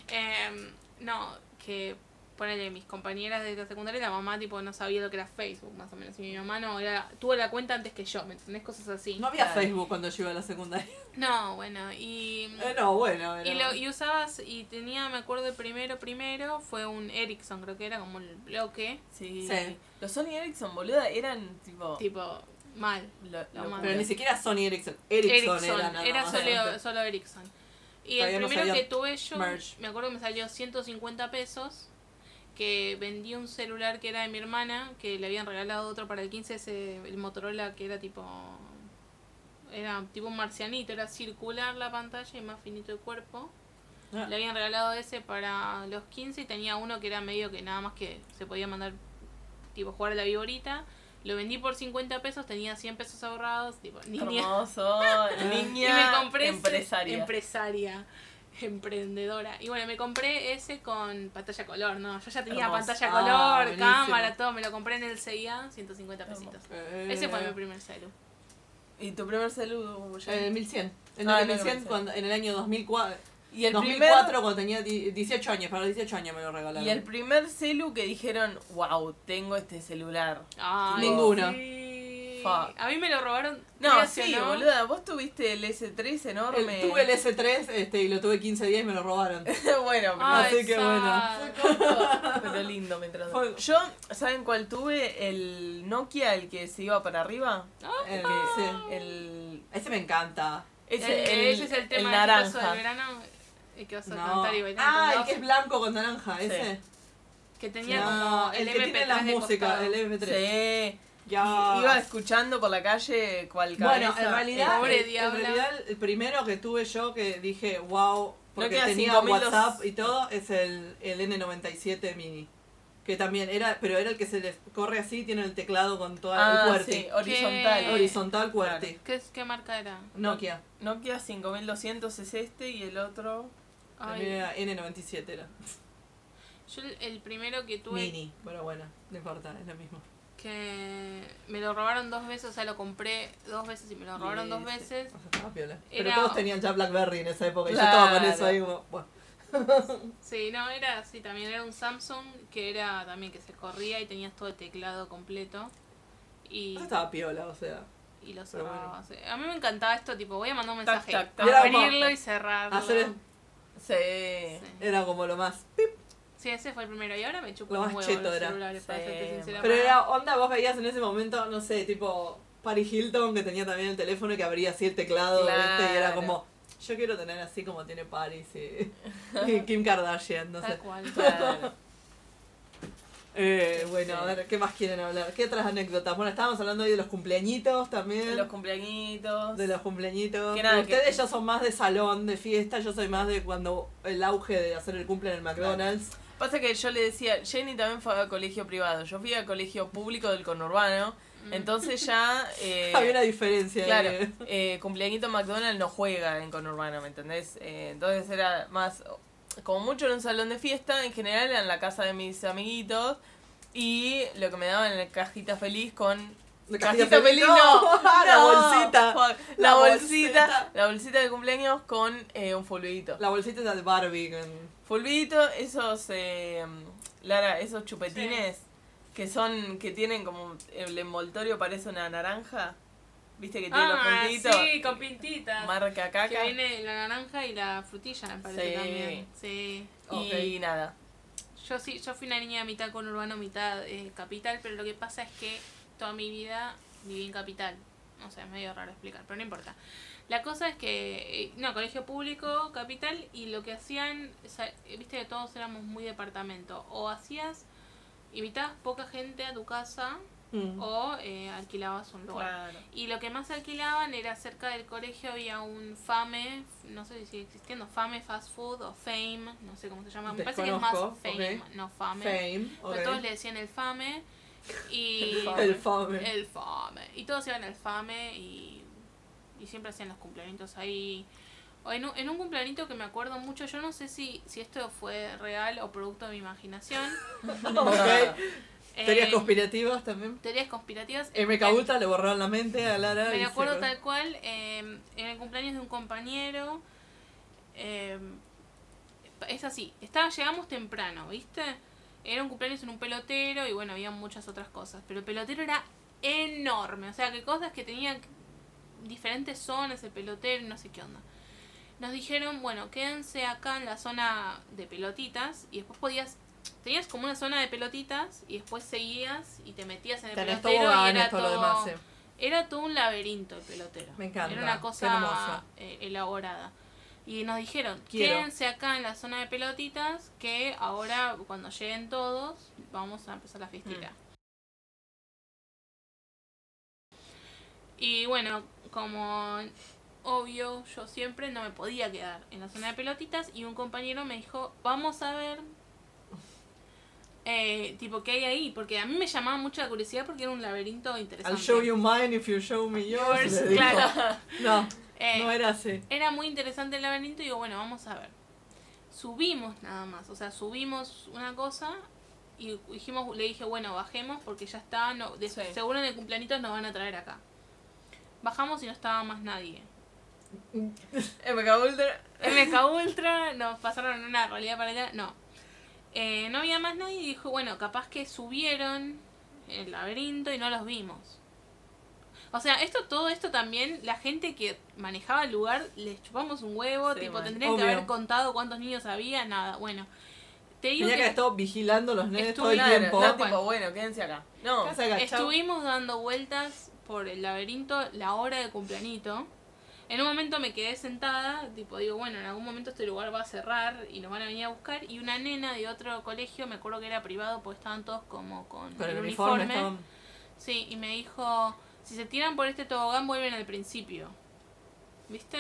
Em, no, que ponele mis compañeras de la secundaria, la mamá tipo no sabía lo que era Facebook, más o menos. Y mi mamá no, era, tuvo la cuenta antes que yo, ¿me entendés? Cosas así.
No había
Claro.
Facebook cuando yo iba a la secundaria.
No, bueno, y...
Eh, [laughs] no, bueno. era-
Y, lo, y usabas, y tenía, me acuerdo, el primero, primero, fue un Ericsson, creo que era como el bloque,
Sí.
Sí.
Los Sony Ericsson, boluda, eran tipo.
tipo, mal.
lo-
lo
lo-
más.
Pero ni siquiera Sony Ericsson. Ericsson,
Ericsson,
era nada
era
más.
solo, solo Ericsson. Y
Todavía
el
no
primero
sabía
que tuve yo,
merge.
me acuerdo que me salió 150 pesos, que vendí un celular que era de mi hermana, que le habían regalado otro para el 15, ese, el Motorola que era tipo... Era tipo un marcianito, era circular la pantalla y más finito el cuerpo.
Ah,
Le habían regalado ese para los 15 y tenía uno que era medio que nada más que se podía mandar, tipo, jugar a la viborita. Lo vendí por 50 pesos, tenía 100 pesos ahorrados, tipo, niña.
[laughs] Hermoso,
Y
niña.
me compré ese-
empresaria.
empresaria, emprendedora. Y bueno, me compré ese con pantalla color, ¿no? Yo ya tenía
Hermoso.
pantalla
Ah,
color,
buenísimo.
cámara, todo. Me lo compré en el CIA, 150
Hermoso.
pesitos.
eh,
Ese fue mi primer celu.
y tu primer saludo,
En el 1100. eh, En el,
Ah, en el
1100,
1100.
cuando- en el año 2004,
Y el
2004
primer.
cuando tenía di- 18 años. Para los 18 años me lo regalaron.
Y el primer celu que dijeron, wow, tengo este celular.
Ay,
Ninguno.
sí.
Fuck.
A mí me lo robaron.
No,
creas o
sí,
no.
boluda, vos tuviste el S3 enorme.
El- tuve el S3 este, y lo tuve 15 días y me
[laughs]
lo robaron.
[laughs] bueno, pero,
Ay,
Así que bueno.
sad.
pero lindo mientras.
Fue-
Yo, ¿saben cuál tuve? El Nokia, el que se iba para arriba.
El- Eh, sí.
El.
Ese me encanta.
Ese,
Eh,
el,
ese es el tema
el
exitoso del
naranja.
verano eh, que vas a
No.
cantar y bailar.
Ah,
con
el que es
dos,
blanco con naranja, ese.
que tenía
No,
como el,
el, que tiene
MP3
la
de
música,
costado.
el MP3.
Sí.
Ya.
Y Iba escuchando por la calle cual
Ah. Bueno,
cabeza.
en realidad,
pobre
el- en
diablo.
realidad el primero que tuve yo que dije, wow, porque
queda
tenía
5200.
WhatsApp y todo, es el, el N97 Mini. Que también era, pero era el que se les corre así, tiene el teclado con todo
Ah,
el QWERTY.
sí, horizontal.
Que-
Horizontal QWERTY.
¿Qué, es- qué marca era?
Nokia.
Nokia 5200 es este y el otro.
Ay,
También era N97 era.
yo el- el primero que tuve
Mini. Pero bueno, no importa, es lo mismo.
que me lo robaron dos veces, o sea, lo compré dos veces y me lo robaron dos
Ese.
veces.
O sea, estaba Ah, piola. Pero
Era-
todos tenían ya Blackberry en esa época y yo
Claro.
estaba con eso ahí como, bueno.
Sí, no, era así, también era un Samsung que era también que se corría y tenías todo el teclado completo. Y,
Eso estaba piola, o sea.
y lo
Ah, Pero
cerrabas. A mí me encantaba esto, tipo, voy a mandar un
Tac,
mensaje,
tac, tac.
Era como-
abrirlo y cerrarlo.
Hacer-
Sí.
Sí.
Era como lo más.
Sí, ese fue el primero. Y ahora me chupo
Lo
un
más
huevo
cheto
los
era.
celulares, para
Sí.
serte sincera.
Pero
Para-
era onda, vos veías en ese momento, no sé, tipo Paris Hilton que tenía también el teléfono y que abría así el teclado,
Claro.
¿viste? Y era como, yo quiero tener así como tiene Paris
[laughs]
y, y Kim Kardashian, no
Tal
sé. [laughs]
cual. Mm.
Claro.
Eh, bueno, a ver, ¿qué más quieren hablar? ¿Qué otras anécdotas? Bueno, estábamos hablando hoy de los cumpleañitos también.
Los cumpleañitos.
de los cumpleañitos.
Que nada,
Pero Ustedes
que-
ya son más de salón, de fiesta. Yo soy más de cuando el auge de hacer el cumple en el McDonald's.
Pasa que yo le decía, Jenny también fue a colegio privado, yo fui a colegio público del conurbano,
Mm.
entonces ya... [laughs] eh,
Había una diferencia.
Claro,
eh.
eh, cumpleañito McDonald's no juega en conurbano, ¿me entendés? Eh, entonces era más, como mucho en un salón de fiesta, en general era en la casa de mis amiguitos y lo que me daban en la cajita feliz con
[laughs] La
Cajita, feliz, no.
[laughs] la
No,
bolsita.
fuck. La,
La
bolsita,
bolsita.
La bolsita de cumpleaños con eh, un fulbidito.
La bolsita de Barbie. con-
Fulbidito, esos, eh, Lara, esos chupetines que son, que tienen como, el envoltorio parece una naranja. ¿Viste que tiene
Ah,
los puntitos?
sí, con pintitas.
Marca
que
caca.
viene la naranja y la frutilla, me parece
Sí.
también. Sí.
Y nada.
Yo sí, yo fui una niña mitad conurbano, mitad eh, capital, pero lo que pasa es que toda mi vida viví en capital. O sea, es medio raro explicar, pero no importa. La cosa es que, eh, no, colegio público, capital, y lo que hacían, o sea, eh, viste que todos éramos muy departamento, o hacías, invitabas poca gente a tu casa,
Mm.
o eh, alquilabas un lugar.
Claro.
Y lo que más alquilaban era cerca del colegio había un FAME, no sé si sigue existiendo, FAME Fast Food o FAME, no sé cómo se llama. Me parece que es más
Desconozco,
FAME,
ok.
no FAME.
Fame. ok.
Pero todos le decían el FAME Y
[laughs] El fame.
el FAME. Y todos iban al FAME y, y siempre hacían los cumpleaños ahí. O en un, en un cumpleaños que me acuerdo mucho, yo no sé si, si esto fue real o producto de mi imaginación.
[laughs] Ok. Teorías
Eh,
conspirativas también.
teorías conspirativas.
MK Ultra le borraron la mente a Lara. y
Me
se
acuerdo
fue.
tal cual, eh, en el cumpleaños de un compañero. eh, es así, estaba, llegamos temprano, ¿viste? Era un cumpleaños en un pelotero y bueno, había muchas otras cosas. Pero el pelotero era enorme, o sea, que cosas que tenían diferentes zonas, el pelotero, no sé qué onda. Nos dijeron, bueno, quédense acá en la zona de pelotitas y después podías. Tenías como una zona de pelotitas y después seguías y te metías en el
Tenés
pelotero y
toboganes,
era
todo lo
todo-
demás. sí.
era todo un laberinto el pelotero.
Me encanta,
Era una
qué
cosa
hermoso.
eh, elaborada. Y nos dijeron,
Quiero.
quédense acá en la zona de pelotitas, que ahora cuando lleguen todos, vamos a empezar la fiestita.
Mm.
Y bueno, como obvio, yo siempre no me podía quedar en la zona de pelotitas y un compañero me dijo, vamos a ver, eh, tipo, ¿qué hay ahí? Porque a mí me llamaba mucho la curiosidad porque era un laberinto interesante.
I'll show you mine if you show me yours.
Yours,
le dijo.
claro.
No,
[laughs] Eh,
no era así.
era muy interesante el laberinto y digo, bueno, vamos a ver. Subimos nada más, o sea, subimos una cosa y dijimos, le dije, bueno, bajemos porque ya está, no, de-
Sí.
seguro en el cumpleaños nos van a traer acá. Bajamos y no estaba más nadie.
MK Ultra.
MK Ultra, nos pasaron una realidad paralela, no. Eh, no había más nadie y dijo, bueno, capaz que subieron el laberinto y no los vimos. O sea, esto, todo esto también, la gente que manejaba el lugar, les chupamos un huevo,
Sí,
tipo,
mal.
tendrían que
Obvio.
haber contado cuántos niños había, nada, bueno. Te digo
Tenía que haber
que
estado vigilando los nenes
Estuvo
todo el
Claro,
tiempo.
no,
Tal
tipo,
cual.
bueno, quédense acá. No.
Acá se agachaba.
estuvimos dando vueltas por el laberinto la hora de cumplanito. En un momento me quedé sentada, tipo, digo, bueno, en algún momento este lugar va a cerrar y nos van a venir a buscar. Y una nena de otro colegio, me acuerdo que era privado porque estaban todos como con,
Con el
el
uniforme estaban.
Sí, y me dijo, si se tiran por este tobogán vuelven al principio. ¿Viste?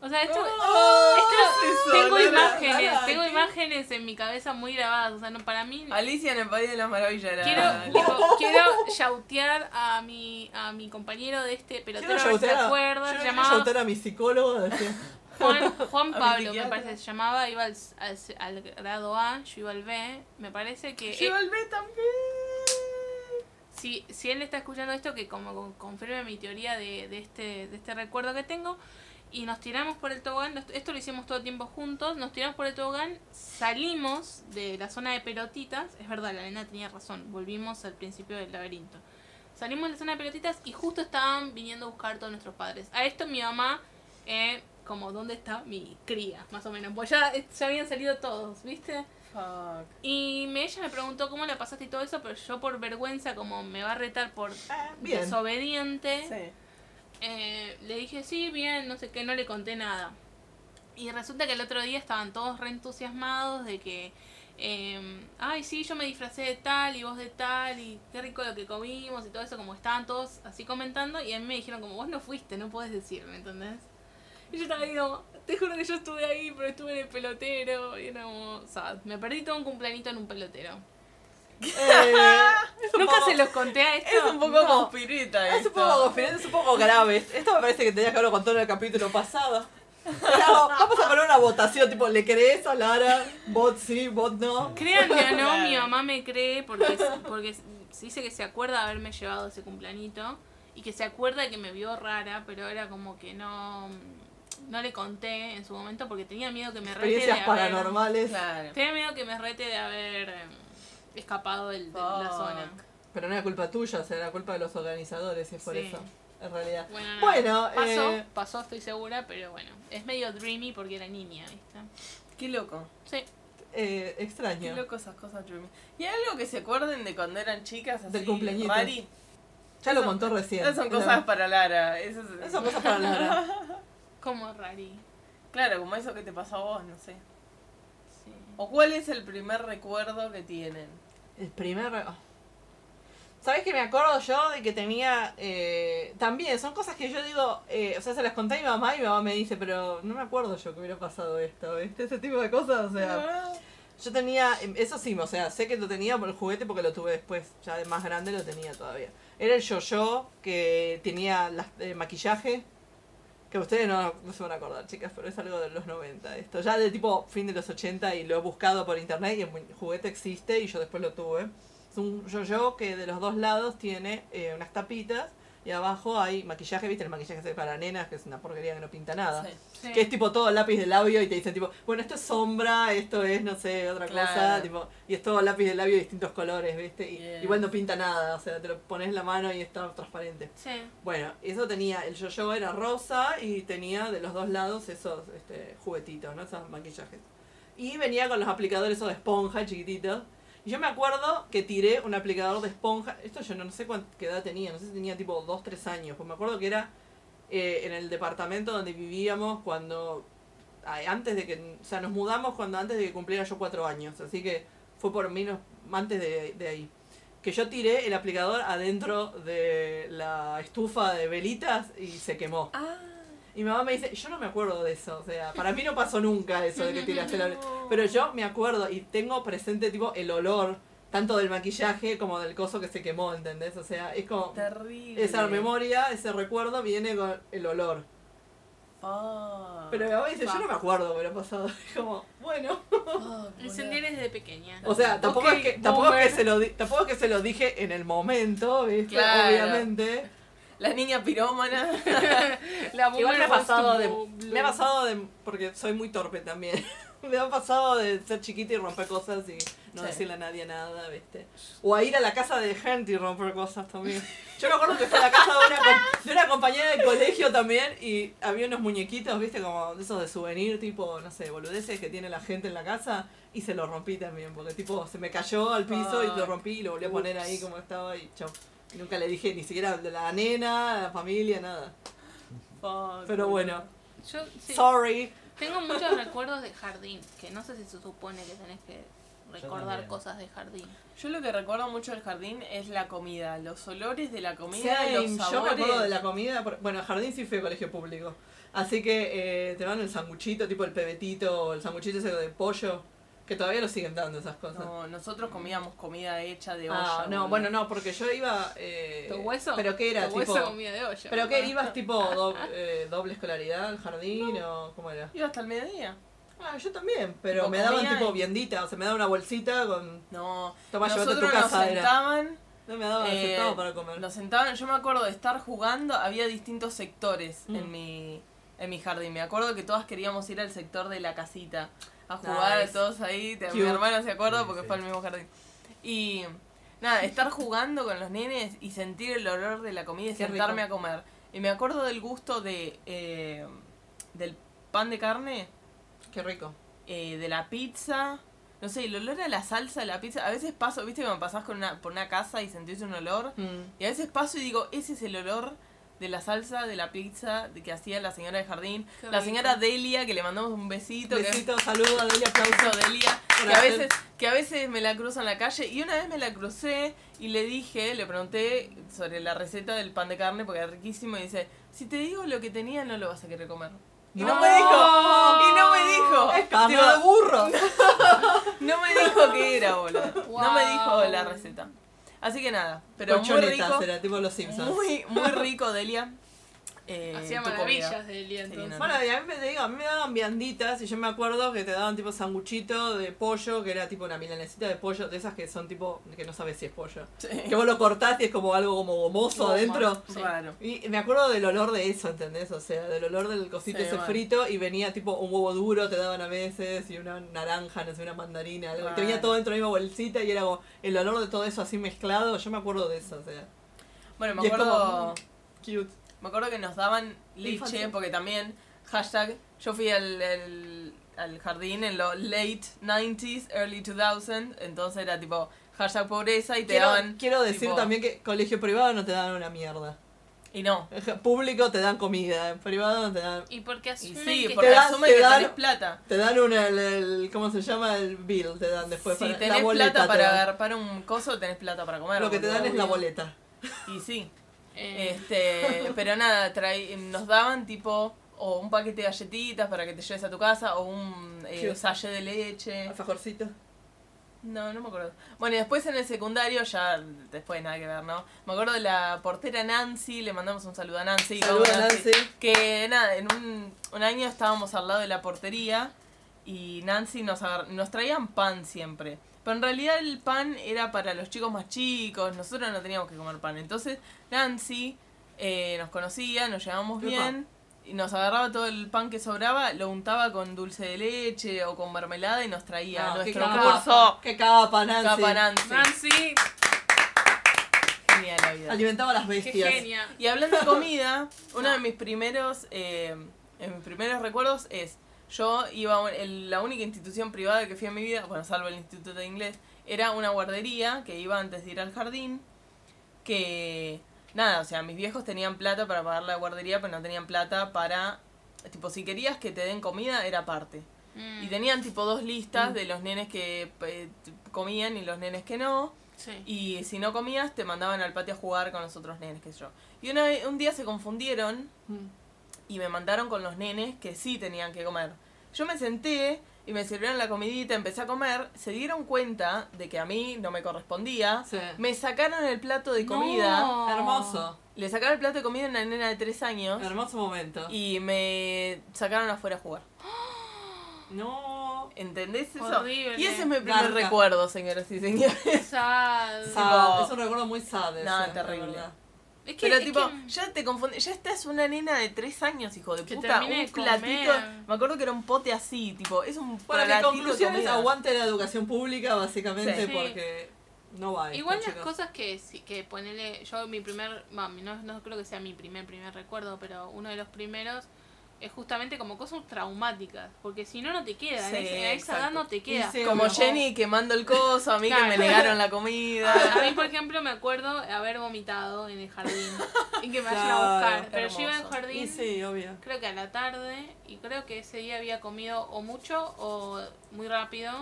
O sea, esto... esto-
Oh, ¿qué es eso,
tengo
Lara?
imágenes,
Lara,
tengo
¿qué?
imágenes en mi cabeza muy grabadas. O sea, no, para mí...
Alicia en el País de las Maravillas era.
Quiero, tipo, quiero shoutear a mi, a mi compañero de este pelotero,
Quiero
a ver si se
shoutear a-
acuerda,
yo
se
le
llamaba
quería shoutear a mi psicólogo. decía,
Juan, Juan
mi
Pablo, me
psiquiatra.
parece que se llamaba, iba al, al, al grado A, yo iba al B, me parece que...
Yo
eh,
al B también.
si, si él está escuchando esto, que como con- confirme mi teoría de, de este, de este recuerdo que tengo. Y nos tiramos por el tobogán, nos- esto lo hicimos todo el tiempo juntos, nos tiramos por el tobogán, salimos de la zona de pelotitas, es verdad, la nena tenía razón, volvimos al principio del laberinto. Salimos de la zona de pelotitas y justo estaban viniendo a buscar todos nuestros padres. A esto mi mamá, eh, como, ¿dónde está mi cría? Más o menos, pues ya, ya habían salido todos, ¿viste?
Fuck.
Y me- ella me preguntó cómo la pasaste y todo eso, pero yo por vergüenza, como me va a retar por
Bien.
desobediente,
Sí.
eh, le dije, sí, bien, no sé qué, no le conté nada. Y resulta que el otro día estaban todos reentusiasmados de que, eh, ay, sí, yo me disfracé de tal y vos de tal y qué rico lo que comimos y todo eso, como estaban todos así comentando y a mí me dijeron como, vos no fuiste, no podés decirme, ¿entendés? Y yo estaba ahí como, te juro que yo estuve ahí, pero estuve en el pelotero y era como, sad. Me perdí todo un cumpleañito en un pelotero.
[laughs]
eh,
Nunca se los conté a esto.
Es un poco
Ah, No.
conspirita
Es
esto.
un poco conspirante, es un poco grave. Esto me parece que tenías que haberlo contado en el capítulo pasado.
[laughs]
Pero vamos a poner una votación, tipo, ¿le crees a Lara? ¿Vot sí, vot no?
Créanme o no,
Claro.
mi mamá me cree porque, porque se dice que se acuerda de haberme llevado ese cumplanito y que se acuerda de que me vio rara, pero era como que no, no le conté en su momento porque tenía miedo que me rete de
Experiencias
haber,
paranormales.
Claro.
Tenía miedo que me rete de haber em, escapado del- de la
Fuck.
zona.
Pero no era culpa tuya, o sea, era culpa de los organizadores, es por
Sí.
eso, en realidad.
Bueno, nada.
Bueno,
pasó,
eh,
pasó, estoy segura, pero bueno, es medio dreamy porque era niña, ¿viste?
Qué loco.
Sí,
eh,
Qué
extraño.
loco esas cosas, Dreamy. ¿Y hay algo que se acuerden de cuando eran chicas así?
Del cumpleañito.
Rari.
Ya lo
Eso-
contó recién.
Esas son
No.
cosas para Lara. Eso es-
Esas son cosas para Lara.
como rari.
Claro, como eso que te pasó a vos, no sé.
Sí.
¿O cuál es el primer recuerdo que tienen?
El primer... oh. ¿Sabes que me acuerdo yo de que tenía... eh, también, son cosas que yo digo... eh, o sea, se las conté a mi
Ah,
mamá y mi mamá me dice, pero no me acuerdo yo que hubiera pasado esto, ¿viste? Ese tipo de cosas, o sea... Yo tenía, em, eso sí, o sea, sé que lo tenía por el juguete porque lo tuve después, ya de más grande lo tenía todavía. Era el yo-yo que tenía las- el maquillaje, que ustedes no, no se van a acordar, chicas, pero es algo de los 90 esto. Ya de tipo fin de los 80 y lo he buscado por internet y el mu- juguete existe y yo después lo tuve. Es un yo-yo que de los dos lados tiene eh, unas tapitas y abajo hay maquillaje, ¿viste? El maquillaje ese para nenas, que es una porquería que no pinta nada.
Sí.
Sí.
Que es tipo todo lápiz de labio y te dicen tipo, bueno, esto es sombra, esto es, no sé, otra
Claro.
cosa, tipo, y es todo lápiz de labio de distintos colores, ¿viste? Y
Yes.
igual no pinta nada, o sea, te lo pones en la mano y está transparente.
Sí.
Bueno, eso tenía, el yo-yo era rosa y tenía de los dos lados esos este, juguetitos, ¿no? Esos maquillajes. Y venía con los aplicadores o de esponja chiquititos. Y yo me acuerdo que tiré un aplicador de esponja. Esto yo no, no sé cuán- qué edad tenía, no sé si tenía tipo 2, 3 años. Pues me acuerdo que era eh, en el departamento donde vivíamos cuando. a- Antes de que. O sea, nos mudamos cuando antes de que cumpliera yo 4 años. Así que fue por menos. antes de, de ahí que yo tiré el aplicador adentro de la estufa de velitas y se quemó.
Ah,
Y mi mamá me dice, yo no me acuerdo de eso, o sea, para mí no pasó nunca eso de que tiraste el aplicador. Pero yo me acuerdo y tengo presente tipo el olor, tanto del maquillaje como del coso que se quemó, ¿entendés? O sea, es como...
Terrible.
Esa memoria, ese recuerdo viene con el olor.
Ah.
Pero mi mamá dice, yo
Pa.
no me acuerdo que lo pasado. [laughs] Es como,
[laughs]
bueno.
Ah,
Encendí
boludo.
desde pequeña.
O sea, tampoco,
Ok,
es, que, tampoco, es
boomer.
que se lo di- tampoco es que se lo dije en el momento, ¿viste?
Claro.
Obviamente.
La niña pirómana. [laughs]
La
Igual
boomer
me ha
was
pasado
to
de.
blue.
Me ha pasado de. Porque soy muy torpe también. [laughs] me ha pasado de ser chiquita y romper cosas y no
Sí.
decirle a nadie nada, ¿viste? O a ir a la casa de gente y romper cosas también. Yo me acuerdo que fue a la casa de una, com- de una compañera del colegio también y había unos muñequitos, ¿viste? Como de esos de souvenir, tipo, no sé, boludeces que tiene la gente en la casa y se lo rompí también. Porque, tipo, se me cayó al piso y lo rompí y lo volví a poner ahí como estaba y chao. Y Nunca le dije ni siquiera a la nena, a la familia, nada.
Fuck,
Pero
boludo.
bueno.
Yo sí,
Sorry.
tengo muchos recuerdos de jardín, que no sé si se supone que tenés que recordar
también.
cosas de jardín.
Yo lo que recuerdo mucho del jardín es la comida, los olores de la comida,
Same,
los
yo me
sabores.
acuerdo de la comida. por- Bueno, al jardín sí fui a colegio público. Así que eh, te dan el sanguchito, tipo el pebetito o el sanguchito ese de pollo. Que todavía lo siguen dando esas cosas.
No, nosotros comíamos comida hecha de olla.
Ah, no,
boludo.
bueno, no, porque yo iba. Eh,
¿Tu hueso?
¿Pero qué era?
¿Tu
Tipo,
hueso
[laughs]
comida de olla.
¿Pero qué? ¿Ibas tipo do- eh, doble escolaridad al jardín o cómo era?
Iba hasta el mediodía.
Ah, yo también, pero
Tipo,
me daban
comía
tipo
y-
viendita, o sea, me daban una bolsita con.
No,
Tomá, llévate a tu
nosotros
casa,
nos
era.
sentaban,
No me daban
Eh,
aceptado para comer.
nos sentaban, yo me acuerdo de estar jugando, había distintos sectores
Mm.
en mi en mi jardín. Me acuerdo que todas queríamos ir al sector de la casita a jugar
Nice.
todos ahí. Te- Mi
Cute.
hermano se acuerda
Sí,
porque
sí.
fue al mismo jardín. Y nada, estar jugando con los nenes y sentir el olor de la comida y
Qué
sentarme
rico.
a comer. Y me acuerdo del gusto de eh, del pan de carne
Qué rico.
eh, de la pizza. No sé, el olor a la salsa de la pizza. A veces paso, viste, cuando pasás con una, por una casa y sentís un olor.
Mm.
Y a veces paso y digo, ese es el olor de la salsa de la pizza de- que hacía la señora del jardín.
Qué
la
rico.
señora Delia, que le mandamos un besito. que-
Besitos, saludos, denle aplausos.
Beso, Delia.
Por
Que a,
hacer-
veces, que a veces me la cruzo en la calle. Y una vez me la crucé y le dije, le pregunté sobre la receta del pan de carne porque era riquísimo. Y dice, si te digo lo que tenía, no lo vas a querer comer. Y no,
No.
me dijo. Y no me
Oh,
dijo.
Escama de burro.
No me dijo qué era, boludo. No me dijo
Wow.
la receta. Así que nada, pero muy
Colchonetas,
rico.
era tipo los Simpsons.
Muy, muy rico, Delia. Eh,
Hacía
tu comida.
maravillas de Elia
Sí,
entonces.
no,
Bueno, y a mí me, te digo, a mí me daban vianditas y yo me acuerdo que te daban tipo sanguchito de pollo, que era tipo una milanesita de pollo, de esas que son tipo, que no sabes si es pollo. Que
Sí.
vos lo cortás y es como algo como gomoso
Goma.
adentro.
Sí.
Raro.
Y me acuerdo del olor de eso, ¿entendés? O sea, del olor del cosito
Sí,
ese
bueno.
frito y venía tipo un huevo duro, te daban a veces, y una naranja, no sé, una mandarina, algo. y Te venía
Claro.
todo dentro de la misma bolsita y era como el olor de todo eso así mezclado, yo me acuerdo de eso, o sea,
Bueno,
Y
me
es
acuerdo,
como- cute.
me acuerdo que nos daban leche,
Infantil.
porque también, hashtag, yo fui al, al- al jardín en los late 90s, early 2000, entonces era tipo hashtag pobreza y te
Quiero,
daban...
quiero decir
tipo-
también que colegio privado no te dan una mierda.
Y no.
En Público te dan comida, en privado te dan,
Y porque
Y
asumen
sí,
que
porque
Te dan-
asumen
te
que
dan-
tenés plata.
te dan un, el, el- ¿cómo se llama? El bill, te dan después
si
Pues para
tenés
la boleta.
plata
te
para
dan.
agarrar un coso, tenés plata para comer.
Lo que te
boludo.
dan es la boleta.
Y sí.
eh,
[laughs] Este, pero nada, traí- nos daban tipo o un paquete de galletitas para que te lleves a tu casa o un eh,
Cute.
sachet de leche.
Alfajorcito.
No, no me acuerdo. Bueno, y después en el secundario, ya después nada que ver, ¿no? Me acuerdo de la portera Nancy, le mandamos un saludo a Nancy.
Saludos,
Vamos,
Nancy.
Que nada, en un, un año estábamos al lado de la portería y Nancy nos, agar- nos traían pan siempre. Pero en realidad el pan era para los chicos más chicos, nosotros no teníamos que comer pan. Entonces Nancy eh, nos conocía, nos llevábamos
¿Qué
bien. Y nos agarraba todo el pan que sobraba, lo untaba con dulce de leche o con mermelada y nos traía
No,
a
Ah, qué
nuestro
capa.
curso.
Qué capa, Nancy.
Capa Nancy.
Nancy,
Genial la vida.
Alimentaba a las
qué
bestias.
genia. [laughs]
Y hablando de comida, uno
No.
de mis primeros eh, de mis primeros recuerdos es yo iba a un- el- la única institución privada que fui en mi vida, bueno, salvo el instituto de inglés, era una guardería que iba antes de ir al jardín que nada, o sea, mis viejos tenían plata para pagar la guardería, pero no tenían plata para tipo si querías que te den comida era parte.
Mm,
Y tenían tipo dos listas
Mm.
de los nenes que eh, t- comían y los nenes que no.
sí.
Y si no comías, te mandaban al patio a jugar con los otros nenes, qué sé yo. Y una, ve- un día se confundieron
Mm.
y me mandaron con los nenes que sí tenían que comer. Yo me senté y me sirvieron la comidita, empecé a comer, se dieron cuenta de que a mí no me correspondía.
Sí.
Me sacaron el plato de comida,
No.
Hermoso.
le sacaron el plato de comida a una nena de tres años
Hermoso momento.
y me sacaron afuera a jugar.
No.
¿Entendés eso?
Horrible.
Y ese es mi primer
Garca.
recuerdo, señoras y señores.
Sad.
Sad. Es un recuerdo muy sad.
No,
ese, la
terrible.
verdad.
Es que,
Pero
es
tipo,
que-
ya te confundí, ya estás una nena de tres años, hijo de
Que
puta,
termine
un
de comer.
platito, me acuerdo que era un pote así, tipo, es un
Bueno, mi
platito de
conclusión es
comida.
aguante la educación pública, básicamente,
Sí.
porque no va. esto,
Igual las
chicos.
cosas que, sí- que ponele, yo mi primer, va, mi- no, no creo que sea mi primer primer recuerdo, pero uno de los primeros es justamente como cosas traumáticas, porque si no, no te queda, en ese-
Sí,
a esa edad
exacto.
no te queda.
Y sí,
Como
Pero-
Jenny quemando el coso, a mí que
Claro. Ah,
me negaron la
A
comida.
mí, por ejemplo, me acuerdo haber vomitado en el jardín y que me vayan
Claro,
a buscar, pero yo iba al
hermoso.
Y
jardín,
sí, obvio.
creo que a la tarde, y creo que ese día había comido o mucho o muy rápido.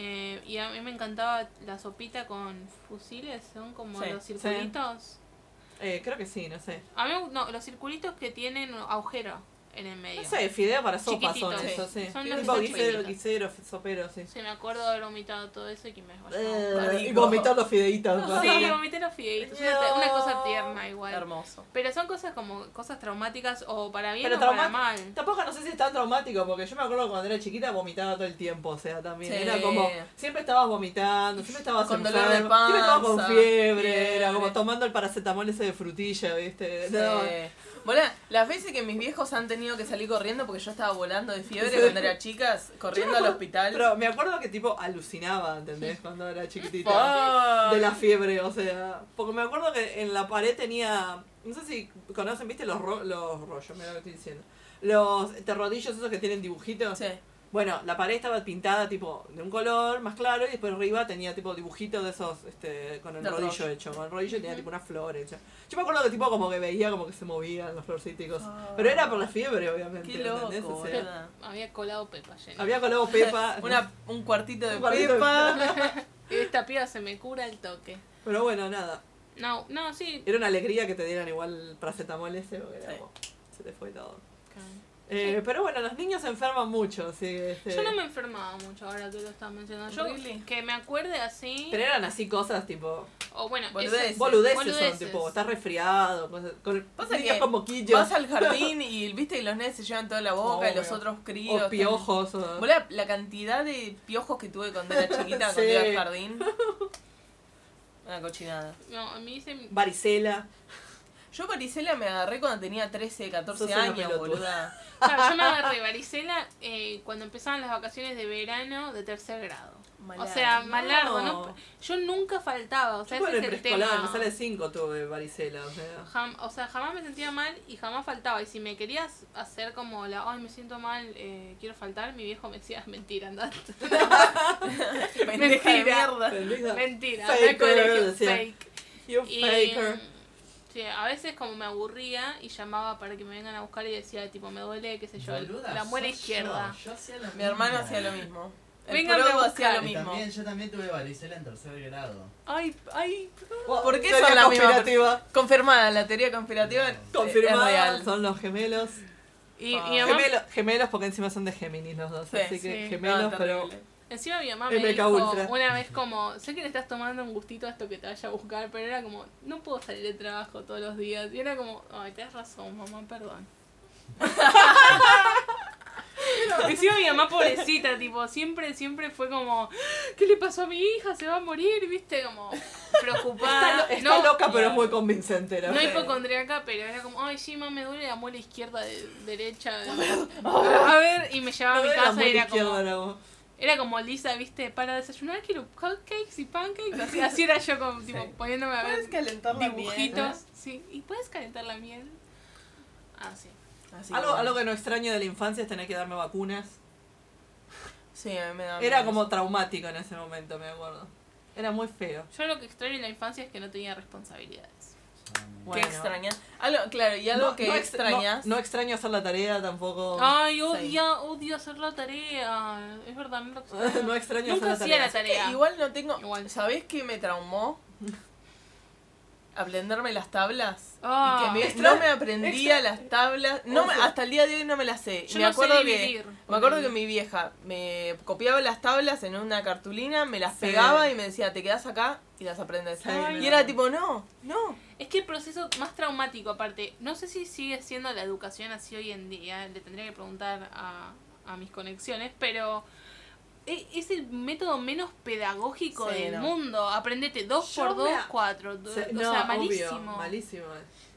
eh, y a mí me encantaba la sopita con fusiles, son como
Sí,
los
sí.
circulitos.
Eh, creo que sí, no sé.
A mí me gu- no, los circulitos que tienen agujero en el medio.
No sé, fidea para sopa son
Chiquititos,
eso, sí.
Son
Tipo
los que son
guisero,
chiquititos.
guisero, sopero, sí.
Se me acuerdo de haber vomitado todo eso y que me vaya
Eh,
a
y
rico.
vomitar los fideitos.
buscar. Sí, vomité los fideitos. Una, te- una cosa tierna igual.
Hermoso.
Pero son cosas como cosas traumáticas o para bien
Pero
o para
traumat-
mal.
[laughs] Tampoco no sé si es tan traumático, porque yo me acuerdo cuando era chiquita vomitaba todo el tiempo, o sea, también
Sí.
era como, siempre estabas vomitando, siempre estabas
Con dolor de
enfermo, siempre estabas con
panza,
fiebre, era
fiebre.
como tomando el paracetamol ese de frutilla, ¿viste? No,
Sí. Volá, las veces que mis viejos han tenido que salir corriendo porque yo estaba volando de fiebre
Sí.
cuando era chicas, corriendo al hospital.
Pero me acuerdo que tipo alucinaba, ¿entendés? Cuando era chiquitita.
Fuck.
De la fiebre, o sea. Porque me acuerdo que en la pared tenía. No sé si conocen, viste, los, ro- los rollos, mira lo que estoy diciendo. Los este, rodillos esos que tienen dibujitos.
Sí.
Bueno, la pared estaba pintada tipo de un color más claro y después arriba tenía tipo dibujitos de esos este, con el
Del
rodillo
rollo.
hecho. Con el rodillo tenía
Ujú.
tipo una flor hecha. Yo me acuerdo que tipo como que veía como que se movían los florcíticos. Pero era por la fiebre, obviamente.
Ah. Qué loco,
¿entendés? O sea,
boluda.
Había colado pepa llena.
había colado Pepa.
[laughs] Una, un cuartito de
Un cuartito de-
pepa.
Y esta piba se me cura el toque.
Pero bueno, nada.
No, no, sí.
Era una alegría que te dieran igual paracetamol ese, porque era
Sí.
como, se te fue todo. Eh, Pero bueno, los niños se enferman mucho, así que, este,
Yo no me enfermaba mucho ahora que lo estás mencionando. Yo
Really?
que me acuerde así.
Pero eran así cosas tipo.
O bueno,
Boludeces.
eso-
Boludeces,
boludeces.
son, tipo, estás resfriado, cosas. Con,
Pasa
niños
que
con moquillos.
Vas al jardín y viste que los nenes se llevan toda la boca y los
Obvio.
otros críos.
o piojos. O...
Volá, la cantidad de piojos que tuve cuando era chiquita, cuando
Sí.
iba al jardín. Una cochinada.
No, a mí se me-
Varicela.
Yo varicela me agarré cuando tenía 13, 14
Sos una
años,
pelotuda.
boluda.
Claro, yo me agarré varicela eh, cuando empezaban las vacaciones de verano de tercer grado. O sea, más largo, ¿no? Yo nunca faltaba, o sea,
Yo
ese
en
es
el
el
preescolar,
tema.
me sale 5 tuve varicela, o sea.
[laughs] Jam- o sea, jamás me sentía mal y jamás faltaba. Y si me querías hacer como la, ay, me siento mal, eh, quiero faltar, mi viejo me decía, mentira, [laughs] andá.
pendeja de
Mentira.
mierda.
¿Entendés?
mentira, andá
Faker,
al colegio,
decía.
fake.
You
Y,
faker.
mm, sí, a veces como me aburría y llamaba para que me vengan a buscar y decía, tipo, me duele, qué sé yo,
Boluda,
la muela
soy yo.
izquierda.
Yo hacía lo
Mi hermano
mismo.
hacía lo mismo. El
Véngame a
probo hacía
buscar.
lo
Y
mismo.
También, yo también tuve varicela en tercer grado.
Ay, ay,
¿Por qué
Teoría
son la misma
conspirativa?
Confirmada, la teoría conspirativa eh, es-
Confirmada,
es real.
son los gemelos.
Y, y
Ah.
mi mamá-
Gemelos, gemelos porque encima son de Géminis los dos,
Sí,
así que
sí.
gemelos,
No,
pero
terrible.
Encima mi mamá me
MK
dijo
Ultra.
una vez como, sé que le estás tomando un gustito a esto que te vaya a buscar, pero era como, no puedo salir de trabajo todos los días. Y era como, ay, tenés razón, mamá, perdón. [laughs] Encima mi mamá pobrecita, tipo, siempre, siempre fue como, ¿qué le pasó a mi hija? Se va a morir, viste, como preocupada.
Está, está
no,
loca, pero es
claro.
muy convincente. la
no
verdad.
hipocondriaca, pero era como, ay, sí, mamá, me duele la muela izquierda, de- derecha. A ver, y me llevaba a mi
Era
casa
muy
y era
izquierda,
como...
la voz.
Era como Lisa, viste, para desayunar quiero cupcakes y pancakes. Así, así era yo como, tipo,
Sí.
poniéndome a ver
Puedes calentar la miel,
dibujitos. Sí. Y puedes calentar la miel. Ah, sí.
Así
algo,
que-
algo que no extraño de la infancia es tener que darme vacunas.
Sí, a mí me da
Era
miedo.
como traumático en ese momento, me acuerdo. Era muy feo.
Yo lo que extraño en la infancia es que no tenía responsabilidades.
¿Qué
Bueno.
extrañas? Algo, claro, y algo
No-
que
no ex-
extrañas.
No, no extraño hacer la tarea
Oh,
tampoco.
Ay, odio, odio hacer la tarea. Es verdad, no lo extraño.
[laughs] no extraño
Nunca
hacer
hacía
la
la
tarea.
tarea.
Igual no tengo.
Igual.
¿Sabés qué me traumó? Aprenderme las tablas. Y que
Ah,
me-
Extra-
no me aprendía las tablas. No me- hasta el día de hoy no me las sé.
yo
me
no
acuerdo
sé
que
dividir.
me acuerdo que mi vieja me copiaba las tablas en una cartulina, me las
Sí.
pegaba y me decía, "Te quedas acá y las aprendes."
Sí,
Ay,
y
me
era
acuerdo.
tipo, "No, no."
Es que el proceso más traumático, aparte, no sé si sigue siendo la educación así hoy en día, le tendría que preguntar a, a mis conexiones, pero e- es el método menos pedagógico
Sí,
del
no.
mundo. Aprendete 2
Yo
por 2,
me a-
4. O
Se-
sea,
no, obvio,
malísimo.
malísimo.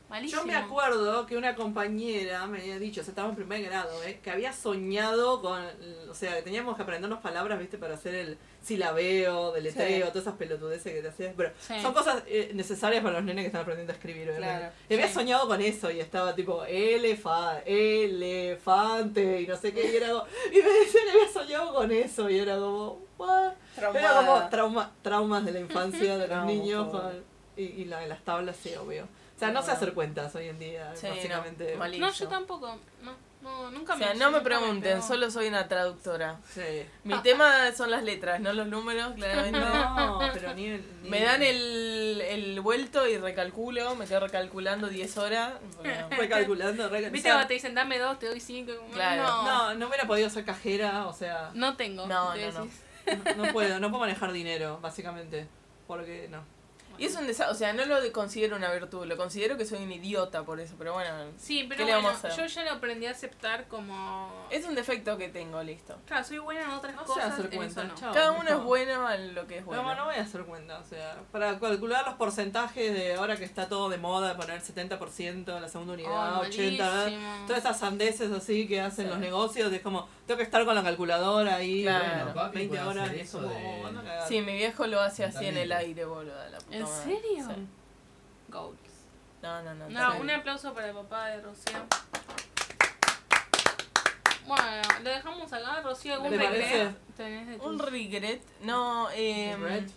malísimo.
Yo me acuerdo que una compañera me había dicho, o sea, estábamos en primer grado, ¿eh? que había soñado con, o sea, que teníamos que aprendernos palabras, viste, para hacer el silabeo, deletreo, todas esas pelotudeces que te hacías, pero
Sí.
son cosas eh, necesarias para los nenes que están aprendiendo a escribir, obviamente.
Claro.
Y había
Sí.
soñado con eso y estaba tipo, elefa, elefante, y no sé qué, y era como, y me decían, había soñado con eso, y era como, "What?". Era como
Traumada.
trauma, traumas de la infancia de los
Trauma,
niños
por favor.
con- y, y la de las tablas, sí, obvio. O sea, no sé hacer cuentas hoy en día,
Sí, no,
básicamente.
malísimo.
No, yo tampoco. No, no, nunca
O
me
sea, no me
nunca
pregunten,
pegó.
solo soy una traductora.
Sí.
Mi tema son las letras, no los números, claramente.
[laughs] No, pero ni, ni-
Me dan el, el vuelto y recalculo, me quedo recalculando 10 horas. porque-
[laughs]
Recalculando, recalculando.
Viste cuando te dicen dame 2, te doy 5.
Claro.
No, no,
No, no hubiera podido ser cajera, o sea,
tengo.
No,
te
no, no.
decís.
no, no puedo, no puedo manejar dinero, básicamente. Porque no.
Y es un desastre, o sea, no lo considero una virtud, lo considero que soy un idiota por eso, pero bueno.
Sí, pero
¿Qué le vamos
bueno,
a hacer?
yo ya lo aprendí a aceptar como...
Es un defecto que tengo, listo.
Claro, soy buena en otras
No sé
cosas,
hacer
en
cuentas,
eso no.
chao.
Cada
por
uno es
favor.
bueno a lo que es bueno.
No, no voy a hacer cuenta, o sea, para calcular los porcentajes de ahora que está todo de moda, poner 70%, la segunda
Oh,
unidad,
Ay,
80, ¿verdad?
malísimo.
Todas esas sandeces así que hacen
Sí.
los negocios, es como, tengo que estar con la calculadora ahí,
Claro.
bueno,
Papi,
20
puede
horas,
hacer
y es
eso
como,
de-
oh, anda a cagar.
Sí, mi viejo lo hace así en el
También.
aire, boludo. la puta
¿En
madre.
serio?
Sí.
Goals.
No, no, no.
No,
terrible.
un aplauso para el papá de Rocío. Bueno, lo dejamos acá, Rocío. ¿Algún
¿Te
regret
parece?
tenés de
Un
tu...
regret. No, eh,
Red.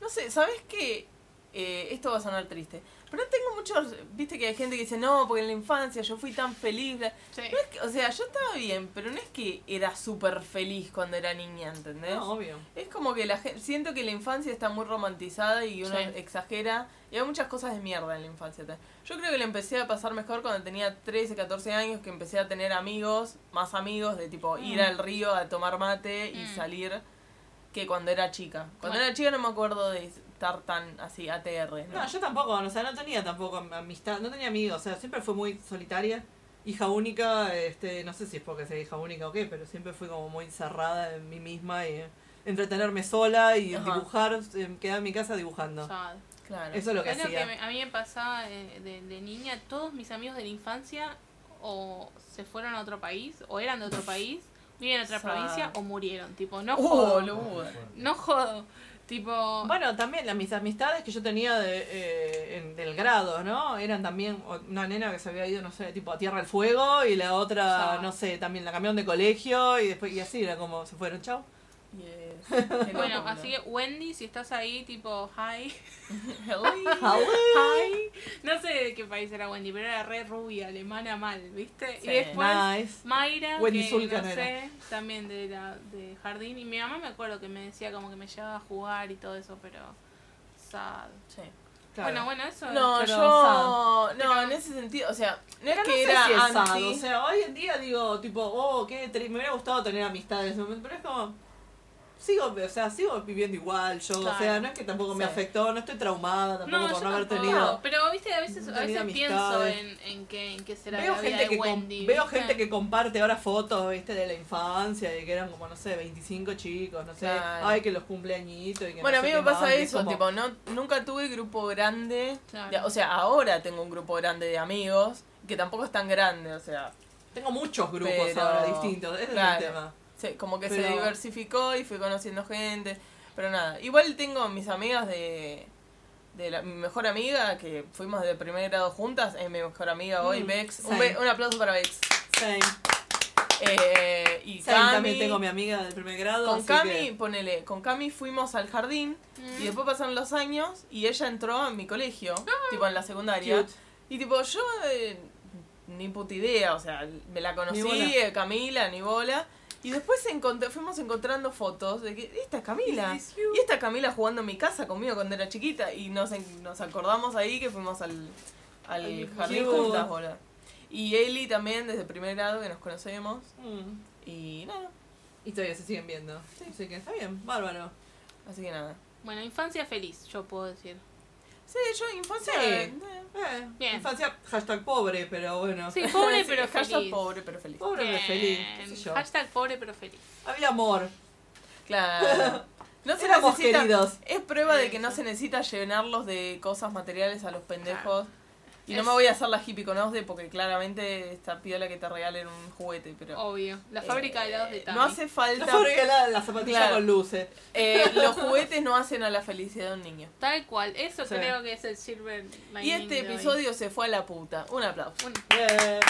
No sé, ¿sabes qué? Eh, esto va a sonar triste. Pero tengo muchos. Viste que hay gente que dice, no, porque en la infancia yo fui tan feliz. bla".
Sí.
No es que- o sea, yo estaba bien, pero no es que era súper feliz cuando era niña, ¿entendés?
No, obvio.
Es como que la gente. Siento que la infancia está muy romantizada y uno
Sí.
exagera. Y hay muchas cosas de mierda en la infancia. también. Yo creo que la empecé a pasar mejor cuando tenía 13, 14 años, que empecé a tener amigos, más amigos, de tipo ir al río a tomar mate y
Mm.
salir, que cuando era chica. Cuando
Bueno.
era chica no me acuerdo de estar tan así, ATR, ¿no?
No, yo tampoco, o sea, no tenía tampoco amistad, no tenía amigos, o sea, siempre fui muy solitaria, hija única, este, no sé si es porque sea hija única o qué, pero siempre fui como muy cerrada en mí misma y eh, entretenerme sola y
Ajá.
dibujar, eh, quedaba en mi casa dibujando.
Sad.
Claro.
Eso es lo que
Es lo que
hacía.
me- a mí me pasaba de, de- de niña, todos mis amigos de la infancia o se fueron a otro país, o eran de otro país, viven en otra
Sad.
provincia, o murieron. Tipo, no
Uh,
jodo.
boludo.
No jodo. Tipo,
Bueno, también las, mis amistades que yo tenía de, eh, en- del grado, ¿no? Eran también o- una nena que se había ido, no sé, tipo a Tierra del Fuego y la otra,
Ya.
no sé, también la cambiaron de colegio y después y así era como se fueron, chao.
Yes. Qué
bueno,
locura.
así que Wendy, si estás ahí, tipo, hi.
[laughs] Hello.
Hi. [laughs] No sé de qué país era Wendy, pero era re rubia, alemana mal, ¿viste?
Sí.
Y después
Nice.
Mayra,
Wendy
que
Zulkan
no
era.
sé, también de, la, de jardín. Y mi mamá me acuerdo que me decía como que me llevaba a jugar y todo eso, pero sad.
Sí.
Claro.
Bueno, bueno, eso.
No,
Pero
yo.
Pero-
No, en ese sentido, o sea, no
Pero
es
no
que
sé
era
si es
anti.
sad, o sea, hoy en día digo, tipo, oh, qué tri- me hubiera gustado tener amistades en ese momento, pero es como, sigo, o sea, sigo viviendo igual yo, o sea,
Claro.
no es que tampoco me
Sí.
afectó, no estoy traumada tampoco
No,
por
yo
no haber
tampoco.
tenido.
Pero viste, a veces,
no
a
tenía
veces pienso
amistades.
en, en qué en qué será
Veo
la vida
gente,
de
que com-
Wendy.
veo
¿viste?
gente que comparte ahora fotos, viste, de la infancia, y que eran como, no sé, 25 chicos, no sé,
Claro.
ay, que los cumpleañitos y que
Bueno,
no
a
sé
mí
qué
me pasa
más, y es
eso,
como-
tipo, no, nunca tuve grupo grande.
Claro.
de- o sea, ahora tengo un grupo grande de amigos, que tampoco es tan grande, o sea,
Tengo muchos grupos
Pero-
ahora distintos, ese
Claro.
es el tema.
se- como que se
Pero-
diversificó y fui conociendo gente, pero nada. Igual tengo mis amigas de, de la- mi mejor amiga, que fuimos de primer grado juntas, es mi mejor amiga hoy,
Mm,
Bex. Un,
sí.
be- un aplauso para Bex.
Same.
Eh, y
Same,
Cami,
también tengo a mi amiga del primer grado.
con
así
Cami,
que-
ponele, con Cami fuimos al jardín
Mm.
y después pasaron los años y ella entró a mi colegio, tipo en la secundaria.
Cute.
Y tipo, yo eh, ni puta idea, o sea, me la conocí,
Ni bola.
eh, Camila, ni bola. Y después encontré- fuimos encontrando fotos de que esta es Camila.
Is this you?
Y esta es Camila jugando en mi casa conmigo cuando era chiquita. Y nos, en- nos acordamos ahí que fuimos al, al
Ay,
jardín
cute.
juntas, boludo. Y Eli también, desde primer grado que nos conocemos.
Mm.
Y nada,
Y todavía se siguen viendo. Así que está bien, bárbaro.
así que nada.
Bueno, infancia feliz, yo puedo decir.
Sí, yo infancia.
Sí.
eh,
Eh,
Bien.
Infancia, hashtag pobre, pero bueno.
Sí, pobre
sí,
pero
hashtag
feliz.
pobre pero feliz.
Pobre pero
Bien.
feliz, qué sé yo.
Hashtag pobre pero feliz.
[laughs] Había amor.
[laughs]
Claro. No se
Éramos
necesita-
queridos.
Es prueba de que no
Eso.
se necesita llenarlos de cosas materiales a los pendejos. Y no
Es-
me voy a hacer la hippie con Osde porque claramente está piola que te regalen un juguete, pero...
Obvio. La fábrica de helados de
Eh,
Tami.
No hace
La
falta...
fábrica la, la zapatilla
Claro.
con luces.
eh, los juguetes no hacen a la felicidad de un niño.
Tal cual. Eso
Sí.
creo que es el Silver
Y
lining
este
de hoy.
episodio se fue a la puta. Un aplauso.
Un-
Eh,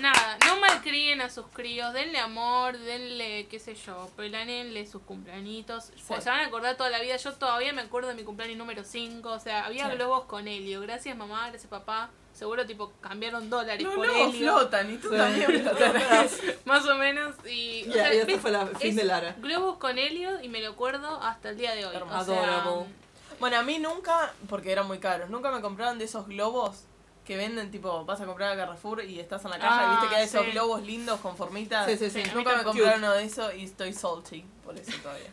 Nada, no malcríen a sus críos, denle amor, denle, qué sé yo, planenle sus cumpleañitos. Pues se van a acordar toda la vida. Yo todavía me acuerdo de mi cumpleaños número 5. O sea, había
Sí.
globos con helio. Gracias, mamá, gracias, papá. Seguro, tipo, cambiaron dólares
Los
por
lobos
helio.
flotan y tú
Sí.
también
[laughs]
flotas.
Más o menos. Y, o
y,
sea,
y este
¿ves?
fue la- el fin
es-
de Lara.
Globos con helio y me lo acuerdo hasta el día de hoy.
Hermoso.
O sea,
Adorable.
Bueno, a mí nunca, porque eran muy caros, nunca me compraron de esos globos que venden, tipo, vas a comprar a Carrefour y estás en la caja
Ah,
y viste que hay esos
sí.
globos lindos con formitas.
Sí, sí, sí.
Sí, a mí
Nunca me
tampoco.
compraron uno de eso y estoy salty por eso
[laughs]
todavía.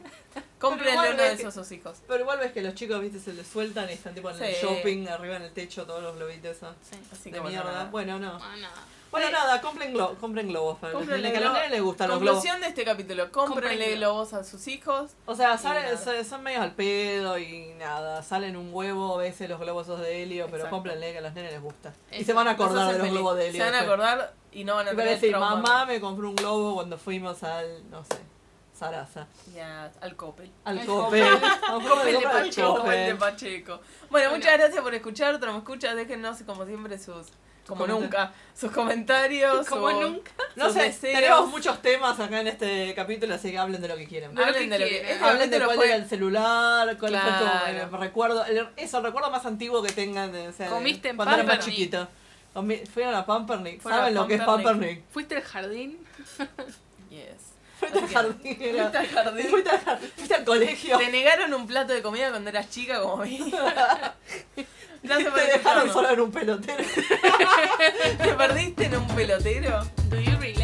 Compren
igual
uno de
ves que-
esos a sus hijos.
Pero igual ves que los chicos, viste, se les sueltan y están tipo en el
Sí.
shopping, arriba en el techo, todos los globitos esos.
sí.
Así que
De
bueno,
mierda.
nada.
Bueno, no.
Ah, nada.
Bueno,
Eh,
nada, compren, glo- compren globos para los
compren
nenes, que a los
globos.
nenes les gustan los globos.
Conclusión de este capítulo, cómprenle
Cómprenlo.
globos a sus hijos.
O sea,
Y
salen,
nada.
se- son medios al pedo y nada, salen un huevo a veces los globos esos de helio, pero
Exacto.
cómprenle que a los nenes les gusta. Y
Eso,
se van a
Los
acordar de
hacen
los
feliz.
globos de helio.
Se van a
después.
acordar y no van a
Y van a
tener el
decir,
trauma.
mamá me compró un globo cuando fuimos al, no sé, Sarasa.
Y a- al Coppel.
Al
Al
Coppel. [laughs] A un Coppel
El de
compra al
Pacheco, el de
Coppel.
Pacheco. Bueno,
Bueno.
muchas gracias por escuchar, no me escuchas, déjenos como siempre sus, como
comentarios.
nunca, sus comentarios.
[laughs] Como
sus-
nunca.
No
sus
sé,
deseos.
tenemos muchos temas acá en este capítulo, así que hablen de lo que quieran.
De lo que
Hablen de lo que
quieran.
este
Hablen de
capítulo
cuál
fue-
era el celular, cuál fue tu
Claro.
el recuerdo, el- eso, el recuerdo más antiguo que tengan. de- O sea, de
Comiste en
cuando eran más
Pampernick.
chiquito. Comi- Fueron a Pampernick,
Fueron a
¿saben lo que es
Pampernick.
Pampernick?
¿Fuiste al jardín?
Yes.
Fuiste al
Ok.
jardín. era-
Fuiste al jardín.
[laughs] Fuiste al jardín, fuiste al colegio.
Te negaron un plato de comida cuando eras chica, como
[laughs]
a [laughs] mí. Gracias por
Te dejaron
escucharnos.
solo en un pelotero.
Te perdiste en un pelotero.
Do you relate?